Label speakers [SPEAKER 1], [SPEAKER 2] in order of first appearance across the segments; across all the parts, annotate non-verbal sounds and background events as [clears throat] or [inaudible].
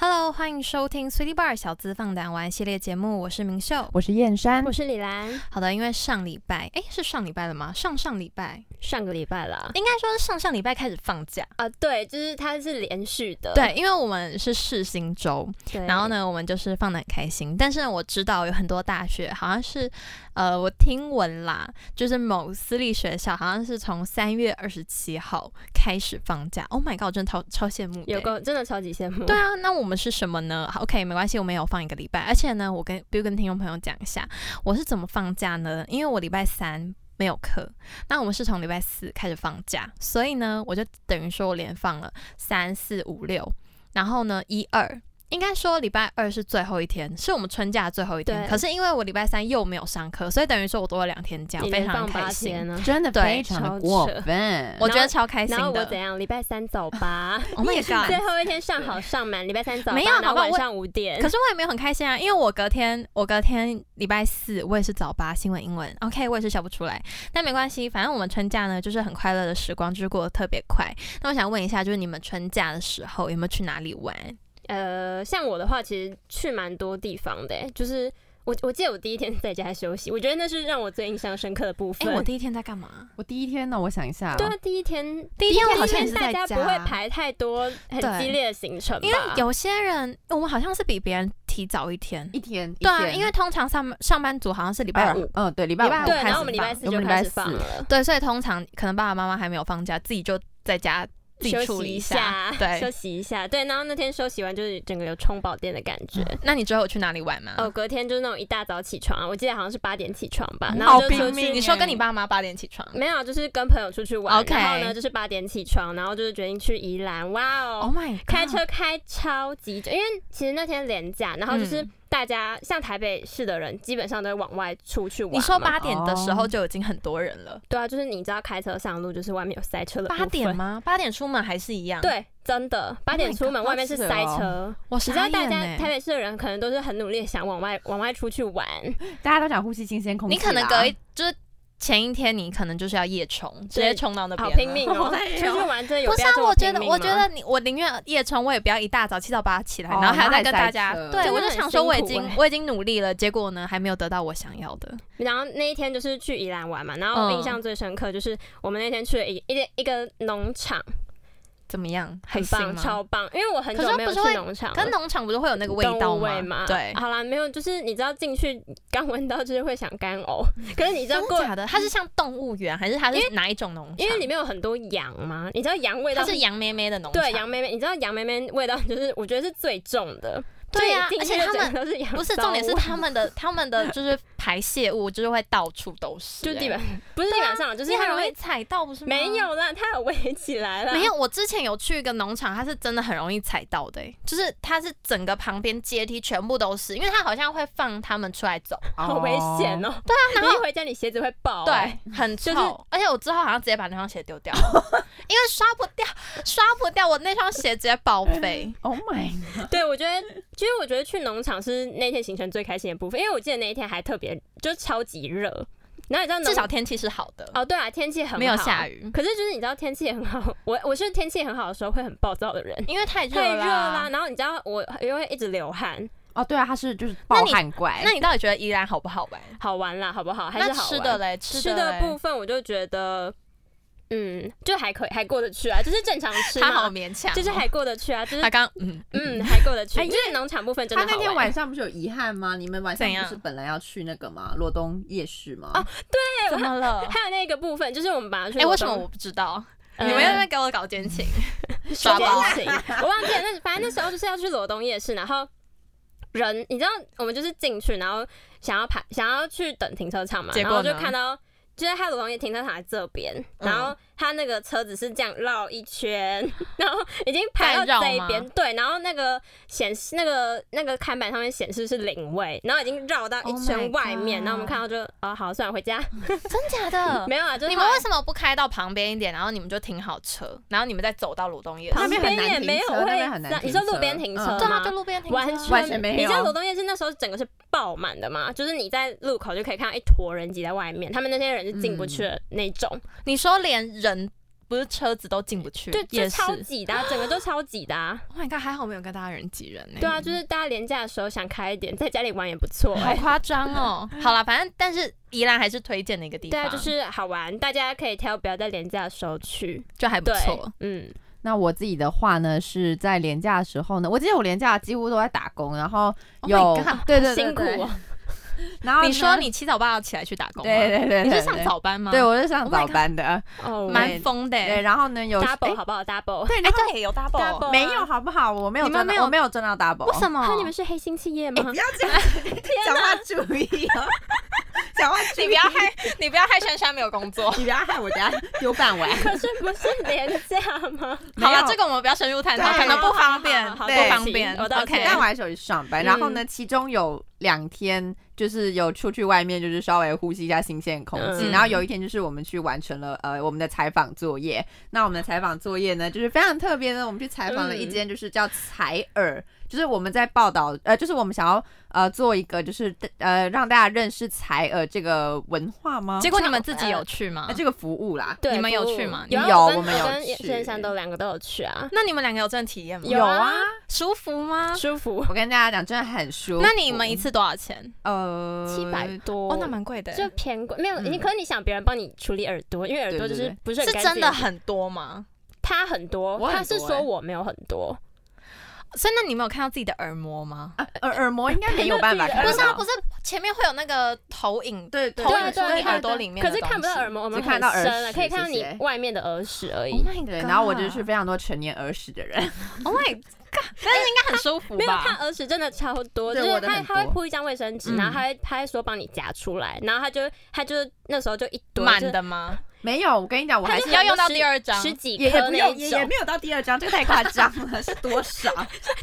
[SPEAKER 1] Hello，欢迎收听 City Bar 小资放胆玩系列节目，我是明秀。
[SPEAKER 2] 我是燕山
[SPEAKER 3] 我，是李兰，
[SPEAKER 1] 好的，因为上礼拜，诶，是上礼拜了吗？上上礼拜，
[SPEAKER 3] 上个礼拜啦。
[SPEAKER 1] 应该说是上上礼拜开始放假。
[SPEAKER 3] 啊，对，就是它是连续的，
[SPEAKER 1] 对，因为我们是试新周，
[SPEAKER 3] 对
[SPEAKER 1] 然后？呢，我们就是放的很开心。但是呢我知道有很多大学，好像是，呃，我听闻啦，就是某私立学校好像是从三月二十七号开始放假。Oh my god，我真的超超羡慕的
[SPEAKER 3] 有
[SPEAKER 1] 欸。
[SPEAKER 3] 个真的超级羡慕。
[SPEAKER 1] 对啊，那我们是什么呢好？OK，没关系，我们有放一个礼拜。而且呢，我跟不跟听众朋友讲一下，我是怎么放假呢？因为我礼拜三没有课，那我们是从礼拜四开始放假，所以呢，我就等于说我连放了三四五六，然后呢一二。应该说礼拜二是最后一天，是我们春假的最后一天。
[SPEAKER 3] 对
[SPEAKER 1] 可是因为我礼拜三又没有上课，所以等于说我多了两天假，
[SPEAKER 3] 你
[SPEAKER 1] 非
[SPEAKER 3] 连
[SPEAKER 1] 常
[SPEAKER 3] 放八
[SPEAKER 1] 开心。
[SPEAKER 3] 天呢。
[SPEAKER 2] 真的
[SPEAKER 1] 对
[SPEAKER 2] 非常的过分。
[SPEAKER 1] 我觉得
[SPEAKER 3] 然后
[SPEAKER 1] 超开心
[SPEAKER 3] 然后我怎
[SPEAKER 1] 的。
[SPEAKER 3] 样？礼拜三
[SPEAKER 1] [laughs]
[SPEAKER 3] 走 [laughs] 吧，
[SPEAKER 1] Oh my
[SPEAKER 3] 最
[SPEAKER 1] god！
[SPEAKER 3] 后一天上好上满，礼拜三早八
[SPEAKER 1] 没有
[SPEAKER 3] 然
[SPEAKER 1] 好
[SPEAKER 3] 后
[SPEAKER 1] 不好
[SPEAKER 3] 晚
[SPEAKER 1] 我
[SPEAKER 3] 上五点
[SPEAKER 1] 可。是我也没有很开心啊，因为我隔天我隔天礼拜四我也是早八新闻英文，OK 我也是笑不出来，但没关系，反正我们春假呢就是很快乐的时光，就是过得特别快。那我想问一下，就是你们春假的时候有没有去哪里玩？
[SPEAKER 3] 呃，像我的话，其实去蛮多地方的欸，就是我我记得我第一天在家休息，我觉得那是让我最印象深刻的部
[SPEAKER 1] 哎、
[SPEAKER 3] 分。
[SPEAKER 1] 我第一天在干嘛？
[SPEAKER 2] 我第一天呢，我想一下哦，
[SPEAKER 3] 对啊，第一天
[SPEAKER 1] 第一天我好像也
[SPEAKER 3] 因
[SPEAKER 1] 是
[SPEAKER 3] 为
[SPEAKER 1] 在
[SPEAKER 3] 大
[SPEAKER 1] 家，
[SPEAKER 3] 家不会排太多很
[SPEAKER 1] 对
[SPEAKER 3] 激烈的行程吧，
[SPEAKER 1] 因为有些人我们好像是比别人提早一天，
[SPEAKER 2] 一天，
[SPEAKER 1] 对
[SPEAKER 2] 一
[SPEAKER 1] 啊，
[SPEAKER 2] 天
[SPEAKER 1] 因为通常上上班族好像是礼拜
[SPEAKER 2] 二
[SPEAKER 1] 五。
[SPEAKER 2] 嗯，对，礼
[SPEAKER 1] 礼拜
[SPEAKER 2] 拜
[SPEAKER 1] 五
[SPEAKER 2] 五
[SPEAKER 3] 对，
[SPEAKER 1] 开
[SPEAKER 3] 然
[SPEAKER 1] 始
[SPEAKER 3] 后我们礼拜四
[SPEAKER 2] 我
[SPEAKER 3] 就
[SPEAKER 2] 们礼
[SPEAKER 3] 开
[SPEAKER 2] 拜
[SPEAKER 3] 始放
[SPEAKER 2] 四
[SPEAKER 3] 了，
[SPEAKER 1] 对，所以通常可能爸爸妈妈还没有放假，自己就在家自己
[SPEAKER 3] 休
[SPEAKER 1] 处理
[SPEAKER 3] 息一
[SPEAKER 1] 下。[laughs]
[SPEAKER 3] 休
[SPEAKER 1] 对，
[SPEAKER 3] 息一下，对。然后那天休息完就是整个有充饱电的感觉。
[SPEAKER 1] 那你之后有去哪里玩吗？
[SPEAKER 3] 哦，隔天就是那种一大早起床，我记得好像是八点起床吧，
[SPEAKER 1] 嗯
[SPEAKER 3] 然
[SPEAKER 1] 好
[SPEAKER 3] 后就
[SPEAKER 1] 拼
[SPEAKER 3] 出
[SPEAKER 1] 命！欸
[SPEAKER 3] 去。
[SPEAKER 1] 你说跟你爸妈八点起床
[SPEAKER 3] 没有，就是跟朋友出去玩
[SPEAKER 1] OK
[SPEAKER 3] 然后呢就是八点起床，然后就是决定去宜兰，哇哦
[SPEAKER 1] ？Oh my，God
[SPEAKER 3] 开车开超级久，因为其实那天连假，然后就是
[SPEAKER 1] 嗯
[SPEAKER 3] 大家、像台北市的人基本上都会往外出去玩嘛。
[SPEAKER 1] 你说八点的时
[SPEAKER 3] 哦
[SPEAKER 1] 候就已经很多人了，
[SPEAKER 3] 对啊，就是你知道开车上路就是外面有塞车的部
[SPEAKER 1] 八
[SPEAKER 3] 分
[SPEAKER 1] 点？吗？八点出门还是一样？，
[SPEAKER 3] 对，真的八
[SPEAKER 1] Oh
[SPEAKER 3] 点
[SPEAKER 1] my
[SPEAKER 3] 出门
[SPEAKER 2] God，
[SPEAKER 3] 外面是塞
[SPEAKER 1] 哦
[SPEAKER 2] 好扯
[SPEAKER 3] 车。
[SPEAKER 1] 我
[SPEAKER 3] 只
[SPEAKER 1] 傻
[SPEAKER 3] 知道大
[SPEAKER 1] 眼
[SPEAKER 3] 家
[SPEAKER 1] 欸
[SPEAKER 3] 台北市的人可能都是很努力地想往外往外出去玩，
[SPEAKER 2] 大家都想呼吸新鲜空气
[SPEAKER 1] 你
[SPEAKER 2] 啦，
[SPEAKER 1] 可能隔一就是前一天你可能就是要夜冲，直接冲到那边
[SPEAKER 3] 好
[SPEAKER 1] 了，
[SPEAKER 3] 拼 [laughs]
[SPEAKER 1] [laughs]
[SPEAKER 3] 命哦、
[SPEAKER 2] 好累
[SPEAKER 3] 出
[SPEAKER 2] 哦
[SPEAKER 3] 去玩真的有
[SPEAKER 1] 不
[SPEAKER 3] 必
[SPEAKER 1] 是
[SPEAKER 3] 要
[SPEAKER 1] 啊
[SPEAKER 3] 这，么
[SPEAKER 1] 我觉
[SPEAKER 3] 拼
[SPEAKER 1] 得，
[SPEAKER 3] 命
[SPEAKER 1] 我觉
[SPEAKER 3] 吗
[SPEAKER 1] 得你，我宁愿夜冲，我也不要一大早七早八起来，
[SPEAKER 2] 哦
[SPEAKER 1] 然后还要再
[SPEAKER 2] 那还
[SPEAKER 1] 跟
[SPEAKER 2] 塞
[SPEAKER 1] 大家。
[SPEAKER 2] 车
[SPEAKER 1] 对，
[SPEAKER 3] 真
[SPEAKER 1] 我
[SPEAKER 3] 的
[SPEAKER 1] 就
[SPEAKER 3] 很
[SPEAKER 1] 想说，我已
[SPEAKER 3] 辛苦
[SPEAKER 1] 经
[SPEAKER 3] 欸
[SPEAKER 1] 我已经努力了，结果呢，还没有得到我想要的。
[SPEAKER 3] 然后那一天就是去宜兰玩嘛，然后我印
[SPEAKER 1] 嗯
[SPEAKER 3] 象最深刻就是我们那天去了一一个一个农场，
[SPEAKER 1] 怎么样？还
[SPEAKER 3] 很
[SPEAKER 1] 行
[SPEAKER 3] 棒，
[SPEAKER 1] 吗？
[SPEAKER 3] 超棒，因为我很
[SPEAKER 1] 可是
[SPEAKER 3] 久没有
[SPEAKER 1] 不是
[SPEAKER 3] 去
[SPEAKER 1] 会
[SPEAKER 3] 农场
[SPEAKER 1] 可是
[SPEAKER 3] 了。
[SPEAKER 1] 农场不是会有那个味
[SPEAKER 3] 动物
[SPEAKER 1] 道
[SPEAKER 3] 味
[SPEAKER 1] 吗？
[SPEAKER 3] 嘛，啊
[SPEAKER 1] 对，
[SPEAKER 3] 好啦，没有，就是你知道进去刚闻到就是会想干呕，可是你知道
[SPEAKER 1] 真的
[SPEAKER 3] 过，
[SPEAKER 1] 假的？它是像动物园，还是它是哪一种农场？
[SPEAKER 3] 因为里面有很多羊嘛，你知道羊味
[SPEAKER 1] 它
[SPEAKER 3] 道
[SPEAKER 1] 是羊咩咩的农场，
[SPEAKER 3] 对
[SPEAKER 1] [laughs]
[SPEAKER 3] 羊妹妹，你知道羊妹妹味道就是我觉得是最重的，
[SPEAKER 1] 对呀、
[SPEAKER 3] 所
[SPEAKER 1] 而
[SPEAKER 3] 以进去
[SPEAKER 1] 且
[SPEAKER 3] 就
[SPEAKER 1] 他
[SPEAKER 3] 整
[SPEAKER 1] 们
[SPEAKER 3] 个都是羊，
[SPEAKER 1] 不是重点是他们 [laughs] 的他们的就是排泄物就是会到处都是、
[SPEAKER 3] 就地板
[SPEAKER 1] 欸，
[SPEAKER 3] 不是地板上，就是
[SPEAKER 1] 你
[SPEAKER 3] 它
[SPEAKER 1] 很容
[SPEAKER 3] 容
[SPEAKER 1] 易
[SPEAKER 3] 易
[SPEAKER 1] 踩到，不是吗？
[SPEAKER 3] 没。有啦，它有围起来了，
[SPEAKER 1] 没有，我之前有去一个农场，它是真的很容易踩到的欸、就是它是整个旁边阶梯全部都是，因为它好像会放他们出来走，
[SPEAKER 3] 好危险
[SPEAKER 2] 哦。
[SPEAKER 3] 哦。对啊，然后回家你鞋子会爆，哦
[SPEAKER 1] 对，，很臭，
[SPEAKER 3] 就是
[SPEAKER 1] 而且我之后好像直接把那双鞋丢掉了， [laughs] 因为刷不掉，刷不掉，我那双鞋直接报 [laughs] 废。
[SPEAKER 2] Oh my，
[SPEAKER 3] 对我觉得，其实我觉得去农场是那天行程最开心的部分，因为我记得那一天还特别就超级热，然后你知道农
[SPEAKER 1] 至少天气是好的，
[SPEAKER 3] 哦对啊，天气很好
[SPEAKER 1] 没有下。雨，
[SPEAKER 3] 可是就是你知道天气很好，我我是天气很好的时候会很暴躁的人，
[SPEAKER 1] 因为太热
[SPEAKER 3] 太热
[SPEAKER 1] 啦
[SPEAKER 3] 啦，。然后你知道我因为一直流汗，
[SPEAKER 2] 哦，对啊，他是就是暴汗怪，
[SPEAKER 1] 那你到底觉得宜兰好不好玩？
[SPEAKER 3] 好玩啦，好不好？还是
[SPEAKER 1] 那
[SPEAKER 3] 好玩
[SPEAKER 1] 吃的嘞，吃
[SPEAKER 3] 吃的
[SPEAKER 1] 嘞
[SPEAKER 3] 部分，我就觉得，嗯，就还可以，还过得去啊，就是
[SPEAKER 1] [laughs]
[SPEAKER 3] 正常吃
[SPEAKER 1] 他好
[SPEAKER 3] 嘛，
[SPEAKER 1] 勉强哦，
[SPEAKER 3] 就是还过得去啊，就是
[SPEAKER 1] 他刚嗯
[SPEAKER 3] 嗯，还过得去。
[SPEAKER 2] 哎
[SPEAKER 3] 因为农场部分真
[SPEAKER 2] 他
[SPEAKER 3] 的
[SPEAKER 2] 那
[SPEAKER 3] 好
[SPEAKER 2] 天
[SPEAKER 3] 玩，
[SPEAKER 2] 晚上不是有遗憾吗？你们晚上
[SPEAKER 1] 欸怎样
[SPEAKER 2] 不是本来要去那个吗？罗东夜市吗？
[SPEAKER 3] 哦
[SPEAKER 1] 怎么了？
[SPEAKER 3] 还有那个部分，就是我们把它去
[SPEAKER 1] 哎，
[SPEAKER 3] 罗
[SPEAKER 1] 为什么
[SPEAKER 3] 东
[SPEAKER 1] 我不知道？你
[SPEAKER 3] 呃
[SPEAKER 1] 们在那边给我搞奸
[SPEAKER 3] [laughs]
[SPEAKER 1] 情，耍
[SPEAKER 3] 包
[SPEAKER 1] 包。
[SPEAKER 3] 行，
[SPEAKER 1] [laughs]
[SPEAKER 3] 我忘记了。那反正那时候就是要去罗东夜市，然后人你知道，我们就是进去，然后想要排，想要去等停车场嘛，
[SPEAKER 1] 结
[SPEAKER 3] 然
[SPEAKER 1] 果呢
[SPEAKER 3] 后就看到。就是他罗东夜停车场在这边，
[SPEAKER 1] 嗯
[SPEAKER 3] 然后他那个车子是这样绕一圈， [laughs] 然后已经排
[SPEAKER 1] 在绕
[SPEAKER 3] 到这一
[SPEAKER 1] 吗
[SPEAKER 3] 边，对，然后那个显示那个那个看板上面显示是领位，然后已经绕到
[SPEAKER 1] Oh
[SPEAKER 3] 一
[SPEAKER 1] my
[SPEAKER 3] 圈外面
[SPEAKER 1] God
[SPEAKER 3] 然后我们看到就哦好，算了，回
[SPEAKER 2] [laughs]
[SPEAKER 3] 家
[SPEAKER 1] 真假的？
[SPEAKER 3] 没有啊，就是
[SPEAKER 1] 嗯你
[SPEAKER 3] 后
[SPEAKER 1] 们
[SPEAKER 3] 来
[SPEAKER 1] 为什么不开到旁边一点，然后你们就停好车，然后你们再走到鲁东夜市？
[SPEAKER 2] 旁边很难
[SPEAKER 3] 也
[SPEAKER 2] 停
[SPEAKER 3] 没有
[SPEAKER 2] 车
[SPEAKER 3] 会
[SPEAKER 2] 那边很难
[SPEAKER 3] 这样你
[SPEAKER 2] 停
[SPEAKER 3] 说路
[SPEAKER 2] 车
[SPEAKER 3] 边停
[SPEAKER 2] 嗯
[SPEAKER 3] 车
[SPEAKER 1] 对
[SPEAKER 2] 对
[SPEAKER 1] 啊，
[SPEAKER 3] 吗
[SPEAKER 1] 就路边停车啊，
[SPEAKER 3] 完全
[SPEAKER 2] 完全没有
[SPEAKER 3] 你知道罗东夜市那时候整个是爆满的嘛？就是你在路口就可以看到一坨人挤在外面，他们那些人是进不去的那种。
[SPEAKER 1] 你说连人不是车子都进不去，
[SPEAKER 3] 就
[SPEAKER 1] 也。
[SPEAKER 3] 就是超挤的、啊，整个都超挤的、啊。
[SPEAKER 1] Oh my god，还好没有跟大家人挤人呢、
[SPEAKER 3] 对啊，就是大家廉价的时候想开一点，在家里玩也不
[SPEAKER 1] [laughs]
[SPEAKER 3] 错、
[SPEAKER 1] 好
[SPEAKER 3] 哎。
[SPEAKER 1] 夸张
[SPEAKER 3] [laughs]
[SPEAKER 1] 哦。好啦，反正但是宜兰还是推荐的一个地
[SPEAKER 3] 对
[SPEAKER 1] 方，
[SPEAKER 3] 啊，就是好玩，大家可以挑不要在廉价的时候去。
[SPEAKER 1] 就还不
[SPEAKER 3] 对
[SPEAKER 1] 错。，
[SPEAKER 3] 嗯，
[SPEAKER 2] 那我自己的话呢，是在廉价的时候呢，我记得我廉价几乎都在打工，然后
[SPEAKER 1] Oh my
[SPEAKER 2] 有、
[SPEAKER 1] God，
[SPEAKER 2] 对对对
[SPEAKER 3] 辛苦
[SPEAKER 2] 对
[SPEAKER 3] 哦。
[SPEAKER 2] 然后呢
[SPEAKER 1] 你说你七早八早起来去打工吗？
[SPEAKER 2] 对对对对
[SPEAKER 1] 你是
[SPEAKER 2] 对
[SPEAKER 1] 上早班吗？
[SPEAKER 2] 对，我是上
[SPEAKER 1] Oh my
[SPEAKER 2] 早
[SPEAKER 1] God
[SPEAKER 2] 班的，
[SPEAKER 3] 哦
[SPEAKER 1] 蛮疯的欸、
[SPEAKER 2] 对，然后呢有哎
[SPEAKER 3] double 好不好？double，
[SPEAKER 1] 对，然后对有 double，,
[SPEAKER 3] double
[SPEAKER 2] 没有好不好？我没有
[SPEAKER 1] 你
[SPEAKER 2] 赚
[SPEAKER 1] 们
[SPEAKER 2] 到，
[SPEAKER 1] 没有
[SPEAKER 2] 我没有赚到
[SPEAKER 1] 为
[SPEAKER 2] double，[laughs]
[SPEAKER 1] 什么？
[SPEAKER 3] 啊看你们是黑心企业吗？
[SPEAKER 2] 不要这样，讲话注意哦， [laughs] 讲话注
[SPEAKER 1] [laughs]
[SPEAKER 2] 意，
[SPEAKER 1] 你不要
[SPEAKER 3] [laughs]
[SPEAKER 1] 害，你不要害珊珊没有工 [laughs] 作。
[SPEAKER 2] 你不要害我，等下丢饭碗。
[SPEAKER 3] 可是不是廉价吗？
[SPEAKER 1] 好了
[SPEAKER 2] 没，有
[SPEAKER 1] 这个我们不要深入探讨，
[SPEAKER 2] 对
[SPEAKER 1] 可能不方便，
[SPEAKER 3] 好好
[SPEAKER 1] 不
[SPEAKER 3] 好
[SPEAKER 2] 对
[SPEAKER 1] 方便。
[SPEAKER 3] 我道歉
[SPEAKER 1] OK，
[SPEAKER 2] 哎但我还是有去上
[SPEAKER 1] 嗯
[SPEAKER 2] 班，然后呢，其中有两天就是有出去外面，就是稍微呼吸一下新鲜空气。
[SPEAKER 3] 嗯
[SPEAKER 2] 然后有一天就是我们去完成了呃我们的采访作业。那我们的采访作业呢，就是非常特别的，我们去采访了一
[SPEAKER 1] 嗯
[SPEAKER 2] 间就是叫采耳。就是我们在报道，呃，就是我们想要呃做一个，就是呃让大家认识采耳这个文化吗？
[SPEAKER 1] 结果你们自己有去吗
[SPEAKER 2] 呃？这个服务啦，
[SPEAKER 3] 对，
[SPEAKER 1] 你们有
[SPEAKER 3] 服务
[SPEAKER 1] 去吗
[SPEAKER 3] 有啊，
[SPEAKER 2] 有
[SPEAKER 3] 跟
[SPEAKER 2] 我们有
[SPEAKER 3] 跟
[SPEAKER 2] 去
[SPEAKER 3] 先生都两个都有去啊，
[SPEAKER 1] 那你们两个有这种体验吗？
[SPEAKER 3] 有啊
[SPEAKER 1] 舒服吗？
[SPEAKER 3] 舒服，
[SPEAKER 2] 我跟大家讲，真的很舒服。
[SPEAKER 1] 那你们一次多少钱？
[SPEAKER 2] 呃
[SPEAKER 3] 七百多，
[SPEAKER 1] 哦，那蛮贵的。
[SPEAKER 3] 就偏贵，没有，你
[SPEAKER 2] 嗯
[SPEAKER 3] 可是你想别人帮你处理耳朵，因为耳朵
[SPEAKER 2] 对
[SPEAKER 3] 就
[SPEAKER 2] 对
[SPEAKER 3] 是
[SPEAKER 2] 对
[SPEAKER 3] 不是很
[SPEAKER 1] 是
[SPEAKER 3] 干
[SPEAKER 1] 真
[SPEAKER 3] 净
[SPEAKER 1] 的，很多吗？
[SPEAKER 3] 他很多
[SPEAKER 2] 我，很
[SPEAKER 3] 他是
[SPEAKER 2] 多
[SPEAKER 3] 说
[SPEAKER 2] 欸
[SPEAKER 3] 我没有很多，
[SPEAKER 1] 所以那你们有看到自己的耳膜吗？
[SPEAKER 2] 啊耳耳膜应该没有办法看
[SPEAKER 1] [laughs] 不
[SPEAKER 2] 到，
[SPEAKER 1] 是啊，不是前面会有那个投影，
[SPEAKER 2] 对对
[SPEAKER 1] 投
[SPEAKER 3] 对啊
[SPEAKER 1] 影出
[SPEAKER 3] 对啊
[SPEAKER 1] 你
[SPEAKER 3] 对啊
[SPEAKER 1] 耳朵里面
[SPEAKER 3] 可
[SPEAKER 1] 的
[SPEAKER 3] 是看不到
[SPEAKER 1] 东西
[SPEAKER 3] 耳膜，我们
[SPEAKER 2] 只看到耳
[SPEAKER 3] 很深了，啊
[SPEAKER 2] 屎
[SPEAKER 3] 可以看到
[SPEAKER 2] 这
[SPEAKER 3] 你
[SPEAKER 2] 些
[SPEAKER 3] 外面的耳屎而
[SPEAKER 1] Oh
[SPEAKER 3] 已。
[SPEAKER 1] my god！
[SPEAKER 2] 对，然后我就是非常多成年耳屎的人，
[SPEAKER 1] Oh my god！但 [laughs] 是应该很舒服
[SPEAKER 2] 嗯
[SPEAKER 3] 没有，他
[SPEAKER 1] 吧？
[SPEAKER 3] 耳屎真的超多，就
[SPEAKER 2] 对
[SPEAKER 3] 是
[SPEAKER 2] 我的
[SPEAKER 3] 他
[SPEAKER 2] 很
[SPEAKER 3] 他会
[SPEAKER 2] 多
[SPEAKER 3] 铺一张卫生纸，
[SPEAKER 1] 嗯
[SPEAKER 3] 然后他会他会说帮你夹出来，然后他就他就那时候就一堆
[SPEAKER 1] 满
[SPEAKER 3] 就是
[SPEAKER 1] 的吗？
[SPEAKER 2] 没有，我跟你讲，我还
[SPEAKER 3] 他
[SPEAKER 2] 是
[SPEAKER 3] 就
[SPEAKER 1] 你要
[SPEAKER 3] 很多
[SPEAKER 1] 用到
[SPEAKER 3] 十
[SPEAKER 1] 第二张
[SPEAKER 3] 十几
[SPEAKER 2] 也也
[SPEAKER 3] 颗
[SPEAKER 2] 不
[SPEAKER 3] 那
[SPEAKER 2] 用，
[SPEAKER 3] 一
[SPEAKER 2] 也
[SPEAKER 3] 种
[SPEAKER 2] 也，没有到第二张，这个太夸张了，是多少？